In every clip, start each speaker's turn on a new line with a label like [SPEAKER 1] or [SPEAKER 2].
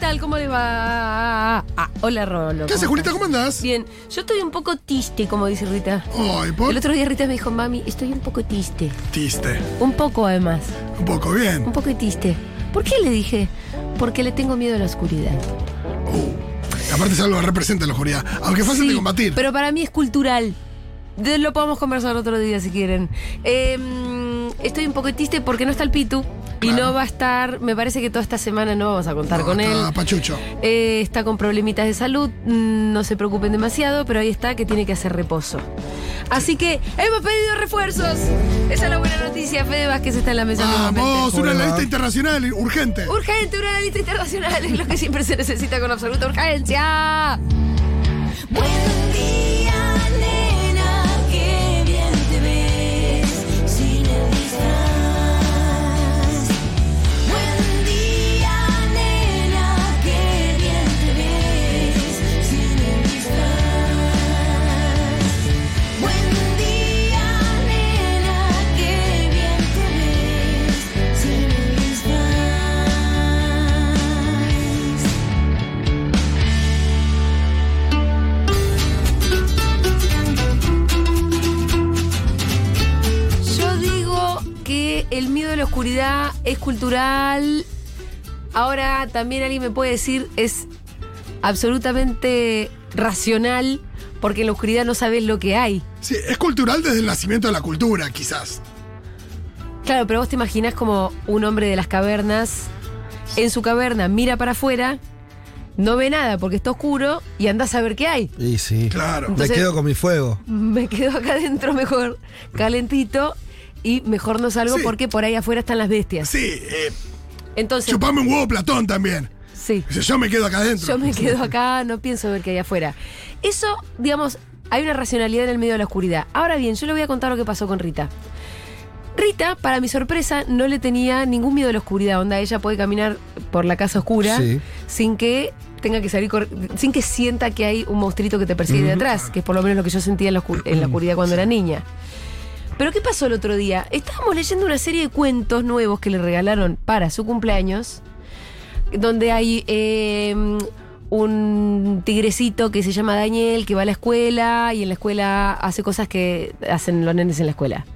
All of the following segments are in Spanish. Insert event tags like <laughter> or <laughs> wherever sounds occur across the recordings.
[SPEAKER 1] tal? ¿Cómo le va? Ah, hola, Rolo.
[SPEAKER 2] ¿Qué haces,
[SPEAKER 1] ¿Cómo
[SPEAKER 2] Julita?
[SPEAKER 1] estás?
[SPEAKER 2] ¿Cómo andás?
[SPEAKER 1] Bien. Yo estoy un poco triste, como dice Rita.
[SPEAKER 2] Ay, por
[SPEAKER 1] El otro día Rita me dijo, mami, estoy un poco triste.
[SPEAKER 2] tiste.
[SPEAKER 1] Un poco, además.
[SPEAKER 2] Un poco bien.
[SPEAKER 1] Un poco triste. ¿Por qué le dije? Porque le tengo miedo a la oscuridad.
[SPEAKER 2] Uh, aparte es algo que representa la oscuridad. Aunque fácil
[SPEAKER 1] Sí,
[SPEAKER 2] de combatir.
[SPEAKER 1] Pero para mí es cultural. De- lo podemos conversar otro día si quieren. Eh, estoy un poco triste porque no está el Pitu. Y
[SPEAKER 2] Claro.
[SPEAKER 1] no va a estar, me parece que toda esta semana no vamos a contar
[SPEAKER 2] No,
[SPEAKER 1] con él.
[SPEAKER 2] está Ah, Pachucho.
[SPEAKER 1] Eh, está con problemitas de salud, mm, no se preocupen demasiado, pero ahí está que tiene que hacer reposo. Así que hemos pedido refuerzos. Esa es la buena noticia. Fede Vázquez está en la mesa
[SPEAKER 2] Vamos,
[SPEAKER 1] nuevamente.
[SPEAKER 2] una
[SPEAKER 3] Hola.
[SPEAKER 2] lista internacional, urgente.
[SPEAKER 1] Urgente, una lista internacional es lo que siempre se necesita con absoluta urgencia.
[SPEAKER 4] Buen día, nena, qué bien te ves sin el disfraz. Buen día, nena, qué bien te ves sin el disfraz. Buen día, nena, qué bien te ves sin el disfraz.
[SPEAKER 1] Yo digo que el miedo a la oscuridad es cultural. Ahora también alguien me puede decir es absolutamente racional porque en la oscuridad no sabes lo que hay.
[SPEAKER 2] Sí, es cultural desde el nacimiento de la cultura, quizás.
[SPEAKER 1] Claro, pero vos te imaginas como un hombre de las cavernas en su caverna mira para afuera, no ve nada porque está oscuro y andás a ver qué hay.
[SPEAKER 3] Y sí.
[SPEAKER 2] Claro.
[SPEAKER 3] Me
[SPEAKER 1] Entonces-
[SPEAKER 3] quedo con mi fuego.
[SPEAKER 1] Me quedo acá adentro mejor, calentito. Y mejor no salgo
[SPEAKER 2] Sí.
[SPEAKER 1] porque por ahí afuera están las bestias.
[SPEAKER 2] Sí, eh,
[SPEAKER 1] Entonces,
[SPEAKER 2] chupame un huevo Platón también.
[SPEAKER 1] sí.
[SPEAKER 2] Dice, Yo me quedo acá adentro.
[SPEAKER 1] Yo me quedo acá, no pienso ver qué hay afuera. Eso, digamos, hay una racionalidad en el medio de la oscuridad. Ahora bien, yo le voy a contar lo que pasó con Rita. Rita, para mi sorpresa, no le tenía ningún miedo a la oscuridad. Onda, ella puede caminar por la casa oscura
[SPEAKER 3] Sí.
[SPEAKER 1] sin que tenga que salir, cor- sin que sienta que hay un monstruito que te persigue de atrás, que es por lo menos lo que yo sentía en la, oscu- en la oscuridad cuando era niña. Pero ¿qué pasó el otro día? Estábamos leyendo una serie de cuentos nuevos que le regalaron para su cumpleaños, donde hay eh, un tigrecito que se llama Daniel, que va a la escuela y en la escuela hace cosas que hacen los nenes en la escuela.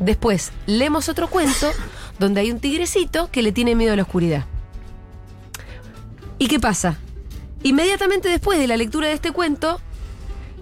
[SPEAKER 1] Después leemos otro cuento donde hay un tigrecito que le tiene miedo a la oscuridad. ¿Y qué pasa? Inmediatamente después de la lectura de este cuento,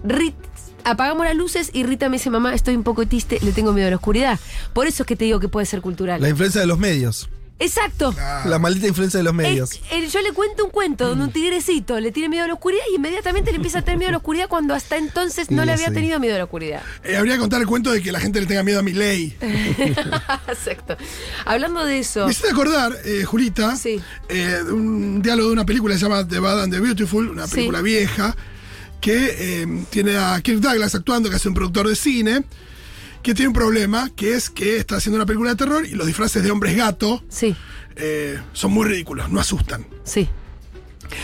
[SPEAKER 1] Rit- apagamos las luces y Rita me dice, mamá, estoy un poco triste, le tengo miedo a la oscuridad. Por eso es que te digo que puede ser cultural.
[SPEAKER 3] La influencia de los medios.
[SPEAKER 1] Exacto.
[SPEAKER 2] Ah,
[SPEAKER 3] La maldita influencia de los
[SPEAKER 1] El-
[SPEAKER 3] medios.
[SPEAKER 1] el- yo le cuento un cuento donde un tigrecito le tiene miedo a la oscuridad y inmediatamente le empieza a tener miedo a la oscuridad cuando hasta entonces no
[SPEAKER 3] Y
[SPEAKER 1] le había
[SPEAKER 3] así.
[SPEAKER 1] tenido miedo a la oscuridad. <laughs>
[SPEAKER 2] eh, habría que contar el cuento de que la gente le tenga miedo a mi ley.
[SPEAKER 1] Exacto. Hablando de eso,
[SPEAKER 2] Me hiciste acordar, eh, Julita,
[SPEAKER 1] Sí.
[SPEAKER 2] eh, de un diálogo de una película que se llama The Bad and the Beautiful, una
[SPEAKER 1] Sí.
[SPEAKER 2] película vieja, que eh, tiene a Kirk Douglas actuando, que es un productor de cine, que tiene un problema, que es que está haciendo una película de terror y los disfraces de hombres gato
[SPEAKER 1] sí,
[SPEAKER 2] eh, son muy ridículos, no asustan.
[SPEAKER 1] sí.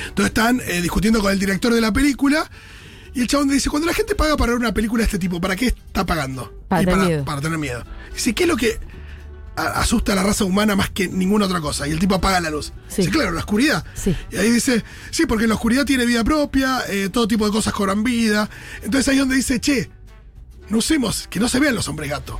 [SPEAKER 2] Entonces están eh, discutiendo con el director de la película y el chabón dice, cuando la gente paga para ver una película de este tipo, ¿para qué está pagando?
[SPEAKER 1] Para
[SPEAKER 2] Y
[SPEAKER 1] tener miedo.
[SPEAKER 2] para tener miedo. Dice, ¿qué es lo que a- asusta a la raza humana más que ninguna otra cosa? Y el tipo apaga la luz.
[SPEAKER 1] Sí.
[SPEAKER 2] Dice, claro, la oscuridad.
[SPEAKER 1] Sí.
[SPEAKER 2] Y ahí dice, sí, porque la oscuridad tiene vida propia, eh, todo tipo de cosas cobran vida. Entonces ahí es donde dice, che, no usemos, que no se vean los hombres gatos.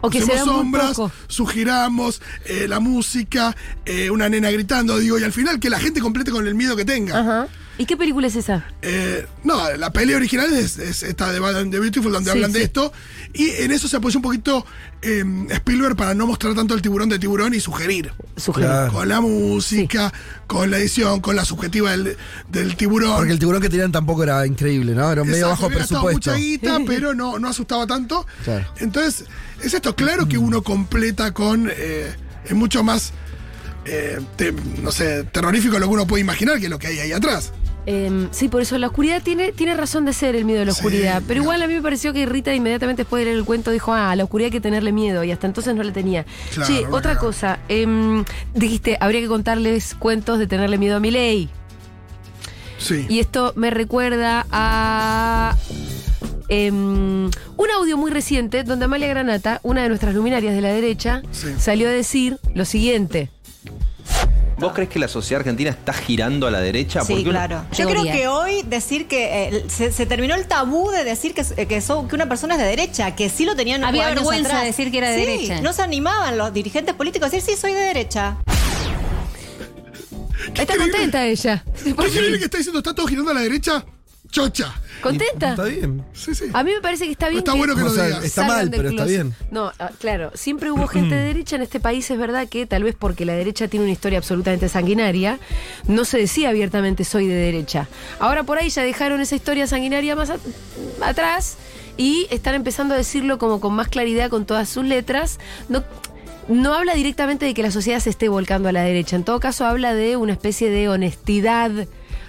[SPEAKER 1] O que se da
[SPEAKER 2] Hacemos
[SPEAKER 1] muy
[SPEAKER 2] sombras,
[SPEAKER 1] poco.
[SPEAKER 2] sugiramos, eh, la música, eh, una nena gritando, digo, y al final que la gente complete con el miedo que tenga.
[SPEAKER 1] Ajá. ¿Y qué película es esa?
[SPEAKER 2] Eh, no, la pelea original es, es esta de Bad and the Beautiful, donde
[SPEAKER 1] Sí,
[SPEAKER 2] hablan de
[SPEAKER 1] sí.
[SPEAKER 2] esto. Y en eso se apoyó un poquito eh, Spielberg para no mostrar tanto el tiburón de tiburón y sugerir.
[SPEAKER 1] Sugerir.
[SPEAKER 3] Claro.
[SPEAKER 2] Con la música, con la edición, con la subjetiva del, del tiburón.
[SPEAKER 3] Porque el tiburón que tenían tampoco era increíble, ¿no? Era un medio
[SPEAKER 2] Exacto,
[SPEAKER 3] bajo
[SPEAKER 2] había gastado
[SPEAKER 3] presupuesto.
[SPEAKER 2] mucha
[SPEAKER 3] <laughs>
[SPEAKER 2] guita, pero no, no asustaba tanto.
[SPEAKER 3] Claro.
[SPEAKER 2] Entonces, es esto, claro que uno completa con. eh, es mucho más. eh, te- no sé, terrorífico lo que uno puede imaginar que lo que hay ahí atrás.
[SPEAKER 1] Em, sí, por eso la oscuridad tiene, tiene razón de ser el miedo a la
[SPEAKER 2] Sí,
[SPEAKER 1] oscuridad. Pero
[SPEAKER 2] no.
[SPEAKER 1] igual a mí me pareció que Rita inmediatamente después de leer el cuento dijo, ah, a la oscuridad hay que tenerle miedo. Y hasta entonces no le tenía.
[SPEAKER 2] Claro,
[SPEAKER 1] sí,
[SPEAKER 2] una
[SPEAKER 1] otra
[SPEAKER 2] cagada.
[SPEAKER 1] cosa. em, dijiste, habría que contarles cuentos de tenerle miedo a mi ley.
[SPEAKER 2] Sí.
[SPEAKER 1] Y esto me recuerda a em, un audio muy reciente donde Amalia Granata, una de nuestras luminarias de la derecha,
[SPEAKER 2] Sí.
[SPEAKER 1] salió a decir lo siguiente. Exacto.
[SPEAKER 5] ¿Vos crees que la sociedad argentina está girando a la derecha?
[SPEAKER 6] Sí,
[SPEAKER 5] Ah, Porque uno-
[SPEAKER 6] claro. Yo
[SPEAKER 1] Teoría.
[SPEAKER 6] creo que hoy decir que eh, se, se terminó el tabú de decir que, eh, que, so- que una persona es de derecha, que sí lo tenían
[SPEAKER 7] Había
[SPEAKER 6] años
[SPEAKER 7] vergüenza
[SPEAKER 6] atrás.
[SPEAKER 7] de decir que era de
[SPEAKER 6] Sí,
[SPEAKER 7] derecha.
[SPEAKER 6] No se animaban los dirigentes políticos a decir sí soy de derecha.
[SPEAKER 1] Está contenta ella.
[SPEAKER 2] ¿Qué increíble que está diciendo? ¿Está todo girando a la derecha? Chocha.
[SPEAKER 1] ¿Contenta?
[SPEAKER 3] Está bien.
[SPEAKER 2] Sí, sí.
[SPEAKER 1] A mí me parece que está bien.
[SPEAKER 2] Está bueno que
[SPEAKER 3] O
[SPEAKER 2] lo
[SPEAKER 3] sea,
[SPEAKER 2] digas.
[SPEAKER 3] está
[SPEAKER 1] salgan
[SPEAKER 3] mal,
[SPEAKER 1] del
[SPEAKER 3] pero está
[SPEAKER 1] closet.
[SPEAKER 3] bien.
[SPEAKER 1] No, ah, claro, siempre hubo gente
[SPEAKER 3] <clears throat>
[SPEAKER 1] de derecha en este país, es verdad que tal vez porque la derecha tiene una historia absolutamente sanguinaria, no se decía abiertamente soy de derecha. Ahora por ahí ya dejaron esa historia sanguinaria más at- atrás y están empezando a decirlo como con más claridad con todas sus letras. No, no habla directamente de que la sociedad se esté volcando a la derecha, en todo caso habla de una especie de honestidad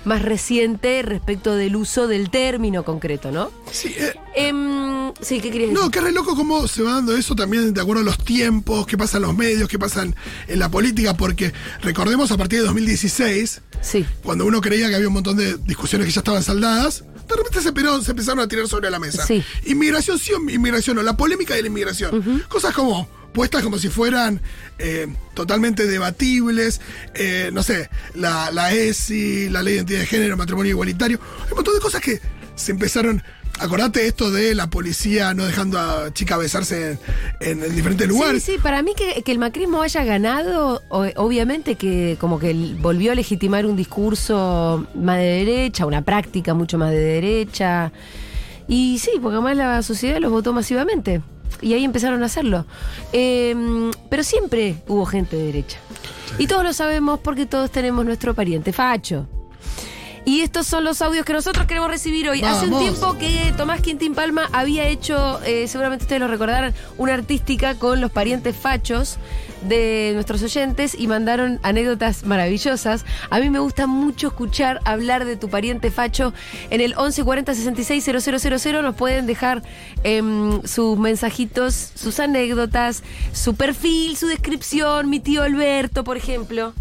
[SPEAKER 1] más reciente respecto del uso del término concreto, ¿no?
[SPEAKER 2] Sí, eh,
[SPEAKER 1] Em, sí, ¿qué querías decir?
[SPEAKER 2] No, qué re loco cómo se va dando eso también de acuerdo a los tiempos, qué pasan los medios, qué pasan en la política, porque recordemos a partir de 2016,
[SPEAKER 1] Sí.
[SPEAKER 2] cuando uno creía que había un montón de discusiones que ya estaban saldadas, de repente se, empezaron- se empezaron a tirar sobre la mesa.
[SPEAKER 1] Sí.
[SPEAKER 2] Inmigración sí o inmigración no, la polémica de la inmigración. Cosas como puestas como si fueran eh, totalmente debatibles, eh, no sé, la, la ESI, la ley de identidad de género, matrimonio igualitario, hay un montón de cosas que se empezaron... Acordate esto de la policía no dejando a chica besarse en, en diferentes lugares.
[SPEAKER 1] Sí, sí, para mí que, que el macrismo haya ganado, o- obviamente que como que l- volvió a legitimar un discurso más de derecha, una práctica mucho más de derecha. Y sí, porque además la sociedad los votó masivamente. Y ahí empezaron a hacerlo. Eh, pero siempre hubo gente de derecha. Y todos lo sabemos porque todos tenemos nuestro pariente facho. Y estos son los audios que nosotros queremos recibir hoy. Hace un
[SPEAKER 2] Vamos.
[SPEAKER 1] tiempo que Tomás Quintín Palma había hecho, eh, seguramente ustedes lo recordarán, una artística con los parientes fachos de nuestros oyentes y mandaron anécdotas maravillosas. A mí me gusta mucho escuchar hablar de tu pariente facho. En el 1140 66 000 nos pueden dejar em, sus mensajitos, sus anécdotas, su perfil, su descripción. Mi tío Alberto, por ejemplo.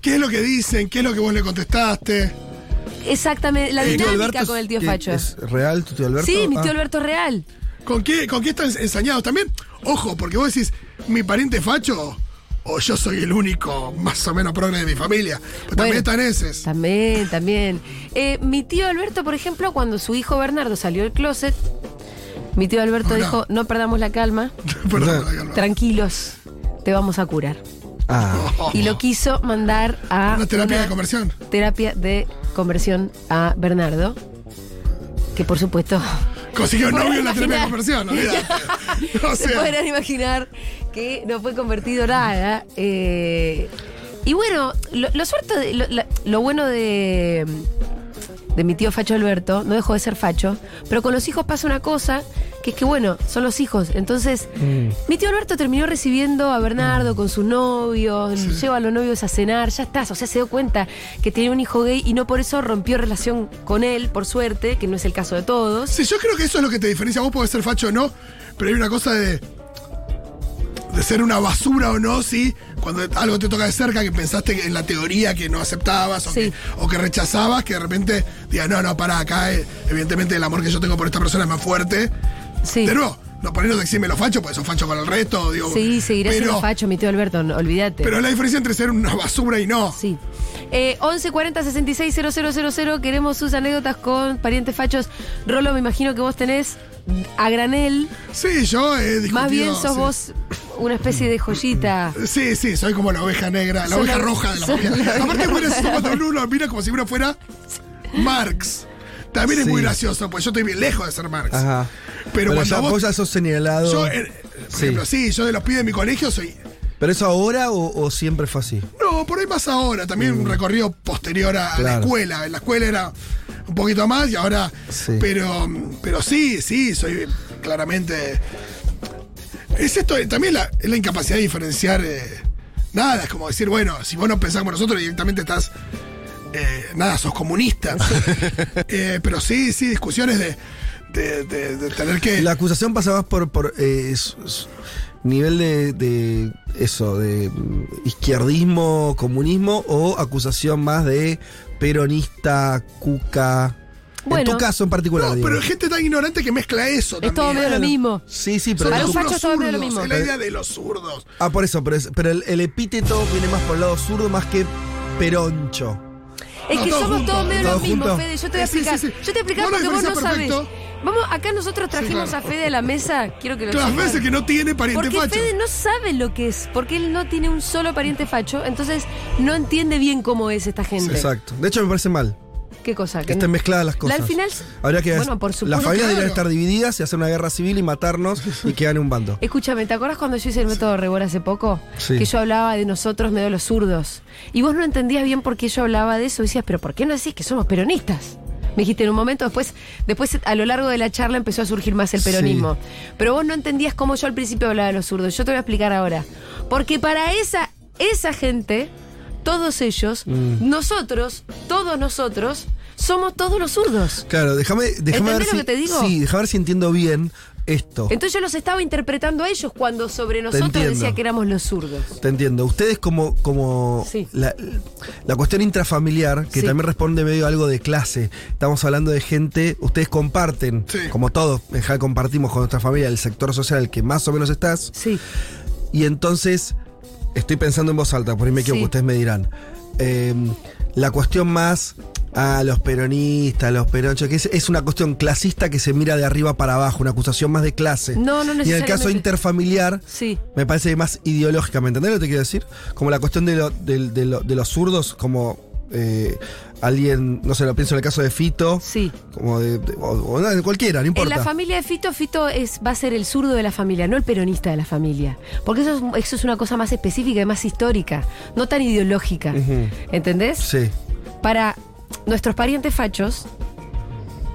[SPEAKER 2] ¿Qué es lo que dicen? ¿Qué es lo que vos le contestaste?
[SPEAKER 1] Exactamente, la
[SPEAKER 3] ¿Tu tío
[SPEAKER 1] dinámica
[SPEAKER 3] Eh, Alberto es-
[SPEAKER 1] con el tío
[SPEAKER 3] que-
[SPEAKER 1] facho.
[SPEAKER 3] ¿Es real tu tío Alberto?
[SPEAKER 1] Sí, mi tío
[SPEAKER 3] Ah.
[SPEAKER 1] Alberto es real.
[SPEAKER 2] ¿Con qué, ¿Con qué están ensañados también? Ojo, porque vos decís, mi pariente facho, o yo soy el único más o menos progre de mi familia. Pero también
[SPEAKER 1] Bueno.
[SPEAKER 2] están esos. <laughs>
[SPEAKER 1] También, también. Eh, mi tío Alberto, por ejemplo, cuando su hijo Bernardo salió del closet, mi tío Alberto
[SPEAKER 2] Hola.
[SPEAKER 1] dijo, no perdamos la calma,
[SPEAKER 2] <laughs> Perdón, háganlo.
[SPEAKER 1] tranquilos, te vamos a curar.
[SPEAKER 3] Ah,
[SPEAKER 1] Y lo quiso mandar a
[SPEAKER 2] Una terapia
[SPEAKER 1] una
[SPEAKER 2] de conversión.
[SPEAKER 1] terapia de conversión a Bernardo, que por supuesto...
[SPEAKER 2] Consiguió
[SPEAKER 1] se
[SPEAKER 2] un novio en la
[SPEAKER 1] podrán
[SPEAKER 2] terapia de
[SPEAKER 1] imaginar. <laughs>
[SPEAKER 2] conversión, olvídate. O
[SPEAKER 1] Se
[SPEAKER 2] sea,
[SPEAKER 1] podrán imaginar que no fue convertido nada. eh, y bueno, lo, lo suerte de- lo, la- lo bueno de, de mi tío Facho Alberto, no dejó de ser Facho, pero con los hijos pasa una cosa, que es que bueno, son los hijos. Entonces,
[SPEAKER 2] Mm.
[SPEAKER 1] mi tío Alberto terminó recibiendo a Bernardo con sus novios, lleva a los novios a cenar, ya estás, o sea, se dio cuenta que tenía un hijo gay y no por eso rompió relación con él, por suerte, que no es el caso de todos.
[SPEAKER 2] sí, yo creo que eso es lo que te diferencia. Vos podés ser facho o no, pero hay una cosa de. De ser una basura o no, sí, cuando algo te toca de cerca, que pensaste en la teoría que no aceptabas o,
[SPEAKER 1] Sí.
[SPEAKER 2] que, o que rechazabas, que de repente digas, no, no, pará, acá, eh, evidentemente el amor que yo tengo por esta persona es más fuerte.
[SPEAKER 1] Sí.
[SPEAKER 2] De nuevo, no por ahí no te exime los fachos, porque sos facho con el resto, digo.
[SPEAKER 1] Sí, seguirá
[SPEAKER 2] pero,
[SPEAKER 1] siendo facho, mi tío Alberto, no, olvídate.
[SPEAKER 2] Pero la diferencia entre ser una basura y no.
[SPEAKER 1] Sí. Eh, 1140 66 000, queremos sus anécdotas con parientes fachos. Rolo, me imagino que vos tenés a granel.
[SPEAKER 2] Sí, yo he discutido.
[SPEAKER 1] Más bien sos
[SPEAKER 2] sí.
[SPEAKER 1] vos una especie de joyita.
[SPEAKER 2] Sí, sí, soy como la oveja negra, la
[SPEAKER 1] Soy
[SPEAKER 2] oveja
[SPEAKER 1] la-
[SPEAKER 2] roja de la
[SPEAKER 1] soy
[SPEAKER 2] familia.
[SPEAKER 1] la oveja
[SPEAKER 2] Aparte, es muy gracioso cuando uno mira como si uno fuera Marx. También es
[SPEAKER 3] Sí.
[SPEAKER 2] muy gracioso, pues yo estoy bien lejos de ser Marx.
[SPEAKER 3] Ah. ajá.
[SPEAKER 2] Pero cuando
[SPEAKER 3] ya,
[SPEAKER 2] vos-
[SPEAKER 3] vos ya sos señalado.
[SPEAKER 2] Yo, eh, por
[SPEAKER 3] Sí.
[SPEAKER 2] ejemplo, sí, yo de los pibes de mi colegio soy.
[SPEAKER 3] ¿Pero eso ahora o, o siempre fue así?
[SPEAKER 2] No, por ahí más ahora, también un recorrido posterior a la
[SPEAKER 3] Mm. Claro.
[SPEAKER 2] escuela. En la escuela era un poquito más y ahora.
[SPEAKER 3] Sí.
[SPEAKER 2] Pero, pero sí, sí, soy claramente. Es esto, eh, también la, es la incapacidad de diferenciar eh, nada. Es como decir, bueno, si vos no pensás como nosotros, directamente estás. eh, nada, sos comunista. <laughs> Eh, pero sí, sí, discusiones de, de- de- de tener que.
[SPEAKER 3] La acusación pasa más por, por eh, s- s- nivel de, de eso, de mm, izquierdismo, comunismo o acusación más de peronista, cuca. en
[SPEAKER 1] Bueno.
[SPEAKER 3] tu caso en particular.
[SPEAKER 2] no,
[SPEAKER 3] digo.
[SPEAKER 2] pero hay gente tan ignorante que mezcla eso.
[SPEAKER 1] Es todo
[SPEAKER 2] también.
[SPEAKER 1] medio lo mismo.
[SPEAKER 3] Sí, sí, pero.
[SPEAKER 2] Son
[SPEAKER 1] Para
[SPEAKER 2] todos
[SPEAKER 1] un facho
[SPEAKER 2] unos
[SPEAKER 1] todo medio lo
[SPEAKER 2] zurdos,
[SPEAKER 1] mismo.
[SPEAKER 2] Es la idea de los zurdos.
[SPEAKER 3] Ah, por eso, pero, es- pero el, el epíteto viene más por el lado zurdo más que peroncho.
[SPEAKER 1] Es
[SPEAKER 2] No,
[SPEAKER 1] que
[SPEAKER 2] todos
[SPEAKER 1] somos
[SPEAKER 2] juntos, Eh,
[SPEAKER 1] todos medio lo
[SPEAKER 3] todos
[SPEAKER 1] mismo,
[SPEAKER 3] juntos.
[SPEAKER 1] Fede. Yo te voy a
[SPEAKER 2] Sí, sí,
[SPEAKER 1] explicar.
[SPEAKER 2] sí, sí.
[SPEAKER 1] Yo te voy a explicar
[SPEAKER 2] Vos lo
[SPEAKER 1] porque vos no
[SPEAKER 2] expresás
[SPEAKER 1] sabés.
[SPEAKER 2] perfecto.
[SPEAKER 1] Vamos, acá nosotros trajimos
[SPEAKER 2] claro.
[SPEAKER 1] a Fede a la mesa. Quiero que lo
[SPEAKER 2] Las
[SPEAKER 1] sepan.
[SPEAKER 2] veces que no tiene pariente
[SPEAKER 1] Porque
[SPEAKER 2] facho.
[SPEAKER 1] Fede no sabe lo que es, porque él no tiene un solo pariente facho, entonces no entiende bien cómo es esta gente.
[SPEAKER 3] Exacto. De hecho, me parece mal
[SPEAKER 1] ¿Qué cosa?
[SPEAKER 2] Este
[SPEAKER 3] que
[SPEAKER 1] no-
[SPEAKER 3] estén mezcladas las cosas.
[SPEAKER 1] Al final.
[SPEAKER 3] Habría que.
[SPEAKER 1] Bueno, por
[SPEAKER 3] las
[SPEAKER 1] supuesto.
[SPEAKER 3] familias
[SPEAKER 2] claro.
[SPEAKER 3] deberían estar divididas y hacer una guerra civil y matarnos y que gane un bando.
[SPEAKER 1] Escúchame, ¿te acuerdas cuando yo hice el método Rebor hace poco?
[SPEAKER 3] Sí.
[SPEAKER 1] Que yo hablaba de nosotros medio los zurdos. Y vos no entendías bien por qué yo hablaba de eso. Decías, ¿pero por qué no decís que somos peronistas? Me dijiste en un momento, después, después a lo largo de la charla empezó a surgir más el peronismo.
[SPEAKER 3] Sí.
[SPEAKER 1] Pero vos no entendías cómo yo al principio hablaba de los zurdos. Yo te voy a explicar ahora. Porque para esa, esa gente, todos ellos,
[SPEAKER 3] Mm.
[SPEAKER 1] nosotros, todos nosotros, somos todos los zurdos.
[SPEAKER 3] Claro, déjame déjame
[SPEAKER 1] ¿Entendés
[SPEAKER 3] ver
[SPEAKER 1] lo
[SPEAKER 3] si,
[SPEAKER 1] que te digo?
[SPEAKER 3] Sí, déjame ver si entiendo bien esto.
[SPEAKER 1] Entonces yo los estaba interpretando a ellos cuando sobre nosotros
[SPEAKER 3] entiendo.
[SPEAKER 1] decía que éramos los zurdos.
[SPEAKER 3] Te entiendo. Ustedes como, como
[SPEAKER 1] Sí.
[SPEAKER 3] la, la cuestión intrafamiliar, que
[SPEAKER 1] Sí.
[SPEAKER 3] también responde medio a algo de clase. Estamos hablando de gente, ustedes comparten,
[SPEAKER 2] Sí.
[SPEAKER 3] como todos, en general compartimos con nuestra familia el sector social al que más o menos estás.
[SPEAKER 1] Sí.
[SPEAKER 3] Y entonces, estoy pensando en voz alta, por ahí me equivoco,
[SPEAKER 1] Sí.
[SPEAKER 3] ustedes me dirán. Eh, la cuestión más a los peronistas, los peronchos, que es, es una cuestión clasista que se mira de arriba para abajo, una acusación más de clase.
[SPEAKER 1] No, no
[SPEAKER 3] Y en el caso
[SPEAKER 1] necesariamente.
[SPEAKER 3] interfamiliar,
[SPEAKER 1] Sí.
[SPEAKER 3] me parece que más ideológica, ¿me entendés lo que te quiero decir? Como la cuestión de, lo- de- de lo- de los zurdos, como eh, alguien, no sé, lo pienso en el caso de Fito,
[SPEAKER 1] Sí.
[SPEAKER 3] como de, de- o, o nada, de cualquiera, no
[SPEAKER 1] En
[SPEAKER 3] importa.
[SPEAKER 1] la familia de Fito, Fito es, va a ser el zurdo de la familia, no el peronista de la familia. Porque eso es, eso es una cosa más específica y más histórica, no tan ideológica.
[SPEAKER 3] Ujú.
[SPEAKER 1] ¿Entendés?
[SPEAKER 3] Sí,
[SPEAKER 1] Para nuestros parientes fachos,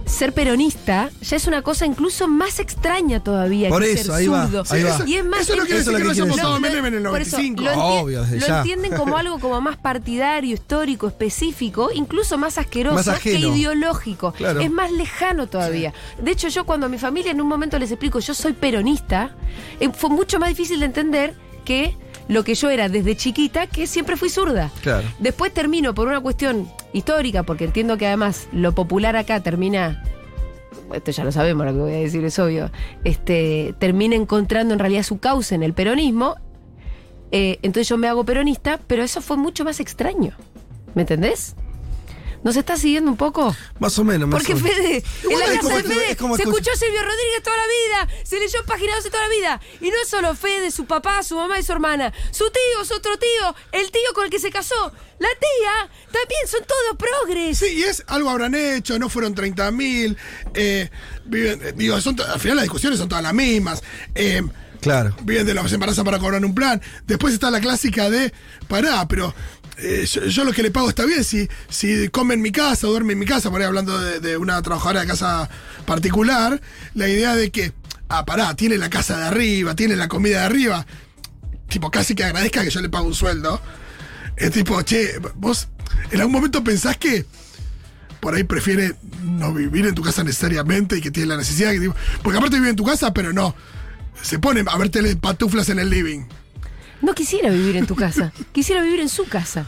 [SPEAKER 1] ser peronista ya es una cosa incluso más extraña todavía
[SPEAKER 3] Por
[SPEAKER 1] que
[SPEAKER 3] eso,
[SPEAKER 1] ser
[SPEAKER 3] ahí va,
[SPEAKER 1] zurdo.
[SPEAKER 3] ahí va.
[SPEAKER 1] Y es más,
[SPEAKER 2] Eso no quiere
[SPEAKER 1] es-
[SPEAKER 2] decir que no
[SPEAKER 3] quiere
[SPEAKER 2] hayamos
[SPEAKER 3] decir.
[SPEAKER 2] votado
[SPEAKER 1] lo-
[SPEAKER 2] Menem en el
[SPEAKER 1] por eso,
[SPEAKER 2] 95.
[SPEAKER 1] lo, enti-
[SPEAKER 3] Obvio, desde
[SPEAKER 1] lo
[SPEAKER 3] ya.
[SPEAKER 1] entienden como algo como más partidario, histórico, específico, incluso más asqueroso
[SPEAKER 3] Más
[SPEAKER 1] que
[SPEAKER 3] ajeno.
[SPEAKER 1] ideológico.
[SPEAKER 3] Claro.
[SPEAKER 1] Es más lejano todavía. De hecho, yo cuando a mi familia en un momento les explico, yo soy peronista, eh, fue mucho más difícil de entender que lo que yo era desde chiquita, que siempre fui zurda.
[SPEAKER 3] Claro.
[SPEAKER 1] Después termino por una cuestión histórica, porque entiendo que además lo popular acá termina esto ya lo sabemos, lo que voy a decir es obvio, este, termina encontrando en realidad su causa en el peronismo, eh, entonces yo me hago peronista, pero eso fue mucho más extraño. ¿Me entendés? ¿Nos está siguiendo un poco?
[SPEAKER 3] más o menos. más
[SPEAKER 1] Porque
[SPEAKER 3] o menos.
[SPEAKER 1] Fede, en
[SPEAKER 3] Igual
[SPEAKER 1] la
[SPEAKER 3] es
[SPEAKER 1] casa
[SPEAKER 3] como
[SPEAKER 1] de
[SPEAKER 3] escu-
[SPEAKER 1] Fede
[SPEAKER 3] es como
[SPEAKER 1] se
[SPEAKER 3] escucha-
[SPEAKER 1] escuchó Silvio Rodríguez toda la vida, se leyó Página 12 toda la vida. Y no es solo Fede, su papá, su mamá y su hermana. Su tío, su otro tío, el tío con el que se casó, la tía, también son todos progres.
[SPEAKER 2] Sí, y es algo habrán hecho, no fueron 30.000. Eh, viven- eh, digo, son to- al final las discusiones son todas las mismas. Eh,
[SPEAKER 3] Claro.
[SPEAKER 2] viven de los embarazan para cobrar un plan. Después está la clásica de, pará, pero eh, yo, yo lo que le pago está bien. Si, si come en mi casa o duerme en mi casa, por ahí hablando de, de una trabajadora de casa particular, la idea de que, ah, pará, tiene la casa de arriba, tiene la comida de arriba. Tipo, casi que agradezca que yo le pago un sueldo. Es tipo, che, vos en algún momento pensás que por ahí prefiere no vivir en tu casa necesariamente y que tiene la necesidad. Que, tipo- porque aparte vive en tu casa, pero no. Se pone a ver tele patuflas en el living.
[SPEAKER 1] No quisiera vivir en tu
[SPEAKER 3] <laughs>
[SPEAKER 1] casa, quisiera vivir en su casa.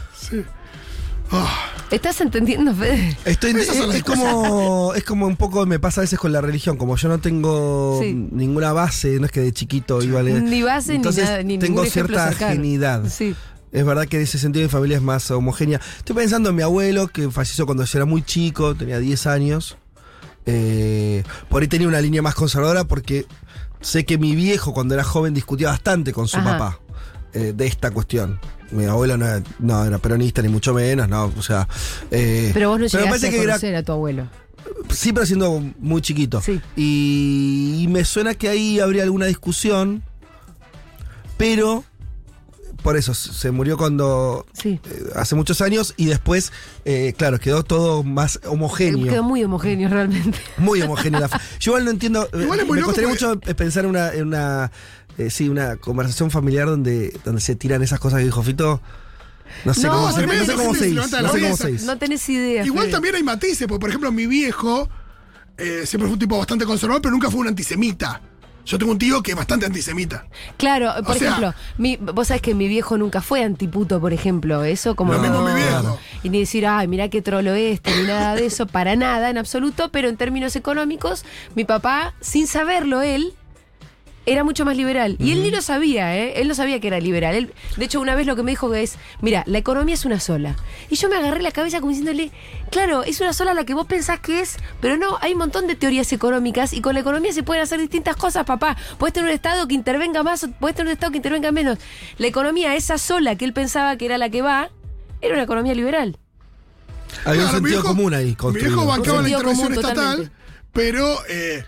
[SPEAKER 2] Ah,
[SPEAKER 1] ¿Estás entendiendo, Fede?
[SPEAKER 3] Estoy, es,
[SPEAKER 2] Esas son las
[SPEAKER 3] es como, es como un poco me pasa a veces con la religión, como yo no tengo
[SPEAKER 1] Sí.
[SPEAKER 3] ninguna base, no es que de chiquito iba a leer.
[SPEAKER 1] Ni base, ni
[SPEAKER 3] Entonces,
[SPEAKER 1] nada, ni
[SPEAKER 3] tengo
[SPEAKER 1] ningún ejemplo
[SPEAKER 3] cierta
[SPEAKER 1] cercano.
[SPEAKER 3] ajenidad.
[SPEAKER 1] Sí.
[SPEAKER 3] Es verdad que en ese sentido mi familia es más homogénea. Estoy pensando en mi abuelo, que falleció cuando yo era muy chico, tenía 10 años. Eh, por ahí tenía una línea más conservadora porque sé que mi viejo cuando era joven discutía bastante con su
[SPEAKER 1] Ajá.
[SPEAKER 3] papá eh, de esta cuestión. Mi abuelo no era, no era peronista, ni mucho menos, no, o sea... eh,
[SPEAKER 1] Pero vos no
[SPEAKER 3] me
[SPEAKER 1] llegaste
[SPEAKER 3] parece
[SPEAKER 1] a
[SPEAKER 3] que era-
[SPEAKER 1] conocer a tu abuelo.
[SPEAKER 3] Sí, pero siendo muy chiquito.
[SPEAKER 1] Sí.
[SPEAKER 3] Y, y me suena que ahí habría alguna discusión, pero por eso se- se murió cuando
[SPEAKER 1] Sí.
[SPEAKER 3] eh, hace muchos años y después, eh, claro, quedó todo más homogéneo.
[SPEAKER 1] Quedó muy homogéneo realmente.
[SPEAKER 3] Muy homogéneo. la fa- Yo igual no entiendo. eh,
[SPEAKER 2] Igual es muy
[SPEAKER 3] me
[SPEAKER 2] loco
[SPEAKER 3] costaría
[SPEAKER 2] porque-
[SPEAKER 3] mucho eh, pensar en una, en una eh, sí, una conversación familiar donde, donde se tiran esas cosas que dijo Fito. No sé
[SPEAKER 1] No,
[SPEAKER 3] cómo
[SPEAKER 1] vos
[SPEAKER 3] se
[SPEAKER 1] no
[SPEAKER 3] no sé
[SPEAKER 1] tenés
[SPEAKER 3] cómo
[SPEAKER 1] que
[SPEAKER 3] se
[SPEAKER 2] se
[SPEAKER 3] hizo,
[SPEAKER 2] levanta
[SPEAKER 3] No
[SPEAKER 2] la
[SPEAKER 3] sé cómo
[SPEAKER 2] cabeza.
[SPEAKER 3] se hizo.
[SPEAKER 1] No tenés idea.
[SPEAKER 2] Igual
[SPEAKER 1] Fede.
[SPEAKER 2] también hay matices, porque por ejemplo mi viejo eh, siempre fue un tipo bastante conservador, pero nunca fue un antisemita. Yo tengo un tío que es bastante antisemita.
[SPEAKER 1] Claro, por
[SPEAKER 2] O sea-
[SPEAKER 1] ejemplo, mi- vos sabés que mi viejo nunca fue antiputo, por ejemplo. Eso como.
[SPEAKER 2] Lo mismo
[SPEAKER 1] no-
[SPEAKER 2] mi viejo.
[SPEAKER 1] Y ni decir, ay, mirá qué trolo este, ni nada de eso, para nada en absoluto. Pero en términos económicos, mi papá, sin saberlo él, era mucho más liberal. Y él ni lo sabía, ¿eh? Él no sabía que era liberal. Él, de hecho, una vez lo que me dijo es, mira, la economía es una sola. Y yo me agarré la cabeza como diciéndole, claro, es una sola la que vos pensás que es, pero no, hay un montón de teorías económicas y con la economía se pueden hacer distintas cosas, papá. Puedes tener un Estado que intervenga más o puedes tener un Estado que intervenga menos. La economía esa sola que él pensaba que era la que va, era una economía liberal.
[SPEAKER 3] Había un
[SPEAKER 2] Claro, mi
[SPEAKER 3] sentido
[SPEAKER 2] viejo-
[SPEAKER 3] común ahí.
[SPEAKER 2] Mi
[SPEAKER 3] construido.
[SPEAKER 2] viejo bancaba
[SPEAKER 1] Un
[SPEAKER 2] la
[SPEAKER 1] sentido
[SPEAKER 2] intervención
[SPEAKER 1] común,
[SPEAKER 2] estatal,
[SPEAKER 1] totalmente.
[SPEAKER 2] pero eh,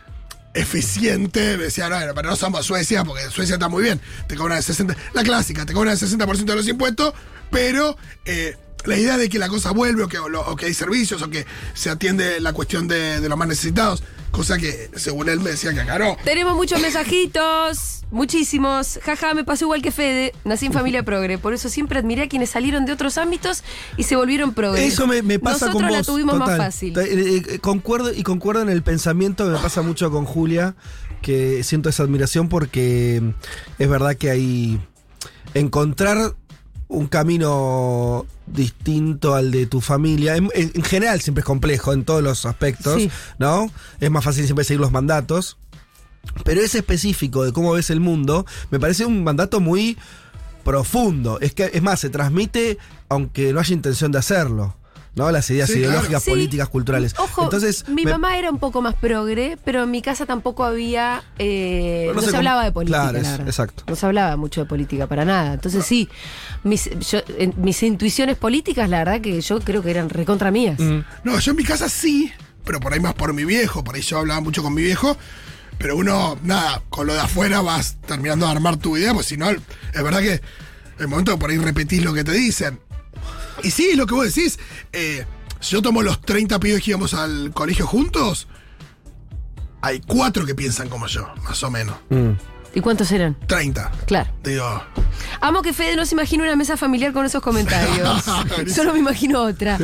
[SPEAKER 2] eficiente. Me Decía, no, pero no somos Suecia, porque Suecia está muy bien. Te cobran el 60%. La clásica, te cobran el 60% de los impuestos, pero eh, la idea de que la cosa vuelve, o que, o lo- o que hay servicios, o que se atiende la cuestión de, de los más necesitados, cosa que según él me decía que acá no.
[SPEAKER 1] Tenemos muchos mensajitos, muchísimos. Jaja, me pasó igual que Fede. Nací en familia progre, por eso siempre admiré a quienes salieron de otros ámbitos y se volvieron progre.
[SPEAKER 3] Eso me, me pasa
[SPEAKER 1] Nosotros
[SPEAKER 3] con vos.
[SPEAKER 1] la tuvimos más
[SPEAKER 3] total.
[SPEAKER 1] fácil.
[SPEAKER 3] Ta- eh, eh, concuerdo y concuerdo en el pensamiento que me pasa mucho con Julia, que siento esa admiración porque mm, es verdad que hay encontrar un camino distinto al de tu familia. En, en- en general siempre es complejo en todos los aspectos,
[SPEAKER 1] Sí.
[SPEAKER 3] ¿no? Es más fácil siempre seguir los mandatos. Pero ese específico de cómo ves el mundo me parece un mandato muy profundo. Es que, es más, se transmite aunque no haya intención de hacerlo. ¿No? Las ideas
[SPEAKER 2] Sí,
[SPEAKER 3] ideológicas,
[SPEAKER 1] Sí.
[SPEAKER 3] políticas, culturales.
[SPEAKER 1] Ojo,
[SPEAKER 3] Entonces,
[SPEAKER 1] mi
[SPEAKER 3] me-
[SPEAKER 1] mamá era un poco más progre, pero en mi casa tampoco había. eh,
[SPEAKER 3] No
[SPEAKER 1] no
[SPEAKER 3] sé
[SPEAKER 1] se
[SPEAKER 3] cómo-
[SPEAKER 1] hablaba de política.
[SPEAKER 3] Claro,
[SPEAKER 1] la
[SPEAKER 3] es-
[SPEAKER 1] verdad.
[SPEAKER 3] exacto.
[SPEAKER 1] No se hablaba mucho de política para nada. Entonces, sí, mis, yo- en- mis intuiciones políticas, la verdad que yo creo que eran recontra mías.
[SPEAKER 3] Mm.
[SPEAKER 2] No, yo en mi casa sí, pero por ahí más por mi viejo, por ahí yo hablaba mucho con mi viejo. Pero uno, nada, con lo de afuera vas terminando de armar tu idea, pues si no, es verdad que el momento que por ahí repetís lo que te dicen. Y sí, lo que vos decís, eh, si yo tomo los 30 pibes que íbamos al colegio juntos, hay cuatro que piensan como yo, más o menos.
[SPEAKER 3] Mm.
[SPEAKER 1] ¿Y cuántos eran?
[SPEAKER 2] 30.
[SPEAKER 1] Claro.
[SPEAKER 2] Digo,
[SPEAKER 1] Amo que Fede no se imagine una mesa familiar con esos comentarios. Solo me imagino otra.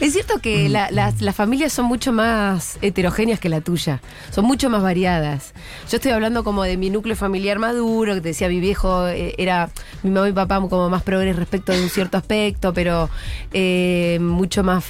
[SPEAKER 1] es cierto
[SPEAKER 3] Mm.
[SPEAKER 1] que la- las, las familias son mucho más heterogéneas que la tuya. Son mucho más variadas. Yo estoy hablando como de mi núcleo familiar maduro, que te decía mi viejo, eh, era mi mamá y papá como más progres respecto de un cierto aspecto, pero eh, mucho más,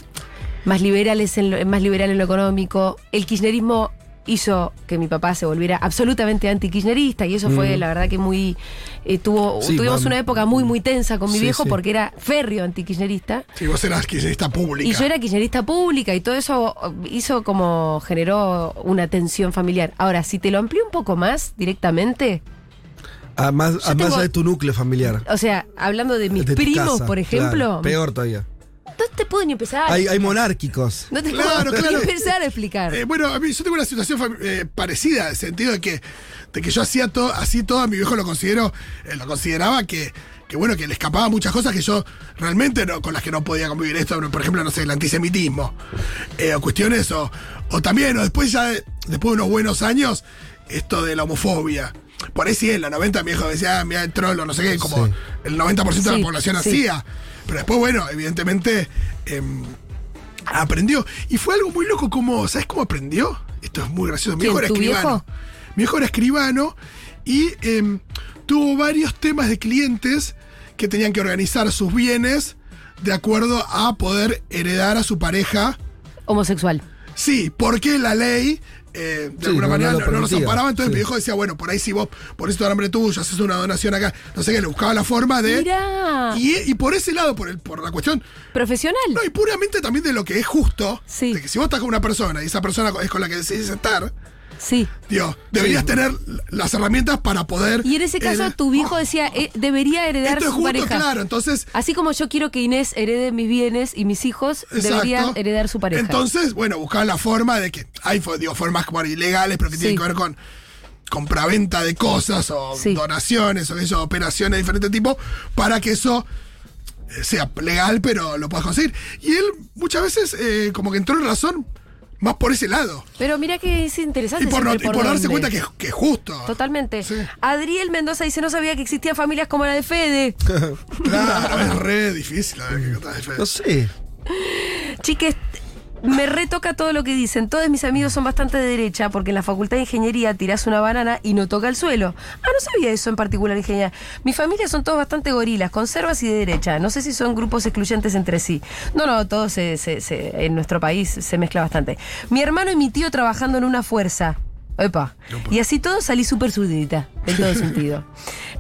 [SPEAKER 1] más, liberales en lo- más liberal en lo económico. El kirchnerismo hizo que mi papá se volviera absolutamente anti-kirchnerista y eso fue la verdad que muy eh, tuvo
[SPEAKER 3] Mm. Sí,
[SPEAKER 1] tuvimos
[SPEAKER 3] mam-
[SPEAKER 1] una época muy muy tensa con mi
[SPEAKER 3] Sí,
[SPEAKER 1] viejo
[SPEAKER 3] sí.
[SPEAKER 1] porque era férreo anti-kirchnerista
[SPEAKER 2] si vos eras kirchnerista pública.
[SPEAKER 1] y yo era kirchnerista pública y todo eso hizo como generó una tensión familiar. Ahora, si te lo amplío un poco más directamente,
[SPEAKER 3] A más- a más
[SPEAKER 1] tengo-
[SPEAKER 3] allá de tu núcleo familiar.
[SPEAKER 1] o sea, hablando de mis
[SPEAKER 3] de tu
[SPEAKER 1] primos,
[SPEAKER 3] casa,
[SPEAKER 1] por ejemplo,
[SPEAKER 3] claro, peor todavía.
[SPEAKER 1] no te puedo ni empezar.
[SPEAKER 3] Hay, hay monárquicos.
[SPEAKER 1] <laughs> no te
[SPEAKER 2] Claro,
[SPEAKER 1] puedo
[SPEAKER 2] claro.
[SPEAKER 1] ni empezar a explicar.
[SPEAKER 2] Eh, bueno, a mí yo tengo una situación fam- eh, parecida, en el sentido de que, de que yo hacía todo, así todo, mi viejo lo considero, eh, lo consideraba que, que bueno, que le escapaba muchas cosas que yo realmente no, con las que no podía convivir esto, por ejemplo, no sé, el antisemitismo, eh, o cuestiones, o, o también, o después ya, de- después de unos buenos años, esto de la homofobia. Por ahí sí, en los 90 mi viejo decía, ah, mira el trolo, no sé qué, como
[SPEAKER 3] Sí.
[SPEAKER 2] el 90% de
[SPEAKER 1] Sí,
[SPEAKER 2] la población
[SPEAKER 1] sí.
[SPEAKER 2] hacía. Pero después, bueno, evidentemente... em, aprendió. Y fue algo muy loco como, ¿sabes cómo aprendió? Esto es muy gracioso. Mi
[SPEAKER 1] ¿Quién,
[SPEAKER 2] hijo era
[SPEAKER 1] tu viejo?
[SPEAKER 2] escribano. Mi hijo era escribano y em, tuvo varios temas de clientes que tenían que organizar sus bienes de acuerdo a poder heredar a su pareja.
[SPEAKER 1] Homosexual.
[SPEAKER 2] Sí, porque la ley eh, de
[SPEAKER 3] Sí,
[SPEAKER 2] alguna
[SPEAKER 3] no-
[SPEAKER 2] manera
[SPEAKER 3] no
[SPEAKER 2] no,
[SPEAKER 3] lo
[SPEAKER 2] no los
[SPEAKER 3] permitía,
[SPEAKER 2] amparaba. Entonces
[SPEAKER 3] sí.
[SPEAKER 2] mi hijo decía, bueno, por ahí si vos por esto a nombre tuyo haces una donación acá, no sé qué, le buscaba la forma de.
[SPEAKER 1] Mirá.
[SPEAKER 2] eh, Y, y por ese lado, por, el, por la cuestión
[SPEAKER 1] Profesional.
[SPEAKER 2] no, y puramente también de lo que es justo.
[SPEAKER 1] Sí.
[SPEAKER 2] De que si vos estás con una persona y esa persona es con la que decidís estar,
[SPEAKER 1] Sí.
[SPEAKER 2] digo, deberías tener las herramientas para poder.
[SPEAKER 1] Y en ese caso
[SPEAKER 2] eh,
[SPEAKER 1] tu viejo decía, eh, debería heredar
[SPEAKER 2] Esto es
[SPEAKER 1] su
[SPEAKER 2] justo,
[SPEAKER 1] pareja.
[SPEAKER 2] claro. Entonces,
[SPEAKER 1] Así como yo quiero que Inés herede mis bienes y mis hijos deberían
[SPEAKER 2] Exacto.
[SPEAKER 1] heredar su pareja.
[SPEAKER 2] Entonces, bueno, buscar la forma de que hay fo- digo, formas como ilegales, pero que
[SPEAKER 1] Sí.
[SPEAKER 2] tienen que ver con compraventa de cosas o
[SPEAKER 1] Sí.
[SPEAKER 2] donaciones o que eso, operaciones de diferente tipo, para que eso eh, sea legal, pero lo puedas conseguir. Y él muchas veces eh, como que entró en razón más por ese lado.
[SPEAKER 1] Pero mira que es interesante.
[SPEAKER 2] Y por, no-
[SPEAKER 1] siempre
[SPEAKER 2] y por
[SPEAKER 1] dónde.
[SPEAKER 2] darse cuenta que, es- que es justo.
[SPEAKER 1] Totalmente.
[SPEAKER 2] Sí.
[SPEAKER 1] Adriel Mendoza dice, no sabía que existían familias como la de Fede.
[SPEAKER 2] Claro, es re difícil. la verdad, que está-
[SPEAKER 3] <laughs> No sé.
[SPEAKER 1] Chiques, me retoca todo lo que dicen. Todos mis amigos son bastante de derecha porque en la facultad de ingeniería tirás una banana y no toca el suelo. Ah, no sabía eso en particular, ingeniera. Mi familia son todos bastante gorilas, conservas y de derecha. No sé si son grupos excluyentes entre sí. No, no, todos se- se- se- en nuestro país se mezcla bastante. Mi hermano y mi tío trabajando en una fuerza. Epa. Y así todo salí súper surdita, en todo sentido.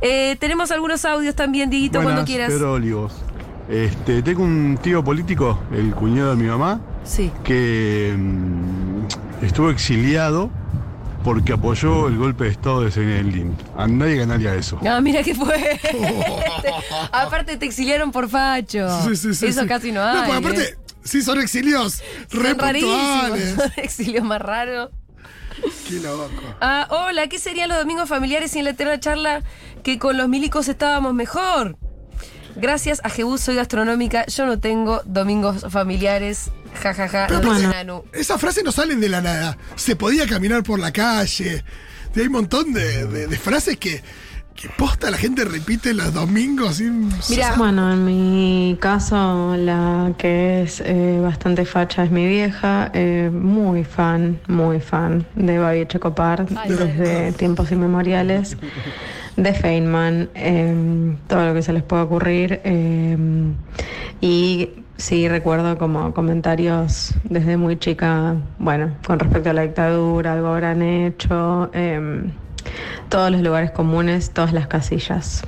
[SPEAKER 1] Eh, tenemos algunos audios también, Diguito, cuando
[SPEAKER 7] Buenas,
[SPEAKER 1] quieras.
[SPEAKER 7] Pedro Olivos. Este, tengo un tío político, el cuñado de mi mamá,
[SPEAKER 1] Sí.
[SPEAKER 7] que mm, estuvo exiliado porque apoyó el golpe de estado de Zenelin. A nadie ganaría eso.
[SPEAKER 1] Ah, mira qué fue. aparte te exiliaron por facho.
[SPEAKER 2] Sí, sí, sí,
[SPEAKER 1] Eso
[SPEAKER 2] sí.
[SPEAKER 1] casi no hay.
[SPEAKER 2] No, porque
[SPEAKER 1] ¿eh?
[SPEAKER 2] aparte, sí, son exilios re
[SPEAKER 1] Son rarísimos. <laughs>
[SPEAKER 2] puntuales.
[SPEAKER 1] son exilios más raros.
[SPEAKER 2] Qué loco.
[SPEAKER 1] Ah, hola, ¿qué serían los domingos familiares sin la eterna charla que con los milicos estábamos mejor? Gracias a Jebus, soy gastronómica, yo no tengo domingos familiares. Ja, ja, ja,
[SPEAKER 2] Pero
[SPEAKER 1] no
[SPEAKER 2] aparte,
[SPEAKER 1] dice Nanu.
[SPEAKER 2] esas frases no salen de la nada. Se podía caminar por la calle. Y hay un montón de, de- de frases que, que posta la gente repite los domingos. Sin,
[SPEAKER 1] Mira,
[SPEAKER 8] Bueno, en mi caso, la que es eh, bastante facha es mi vieja, eh, muy fan, muy fan de Babi Checopar
[SPEAKER 1] Ay,
[SPEAKER 8] desde tiempos inmemoriales, de Feynman, eh, todo lo que se les pueda ocurrir. eh, y sí, recuerdo como comentarios desde muy chica, bueno, con respecto a la dictadura, algo habrán hecho, eh, todos los lugares comunes, todas las casillas.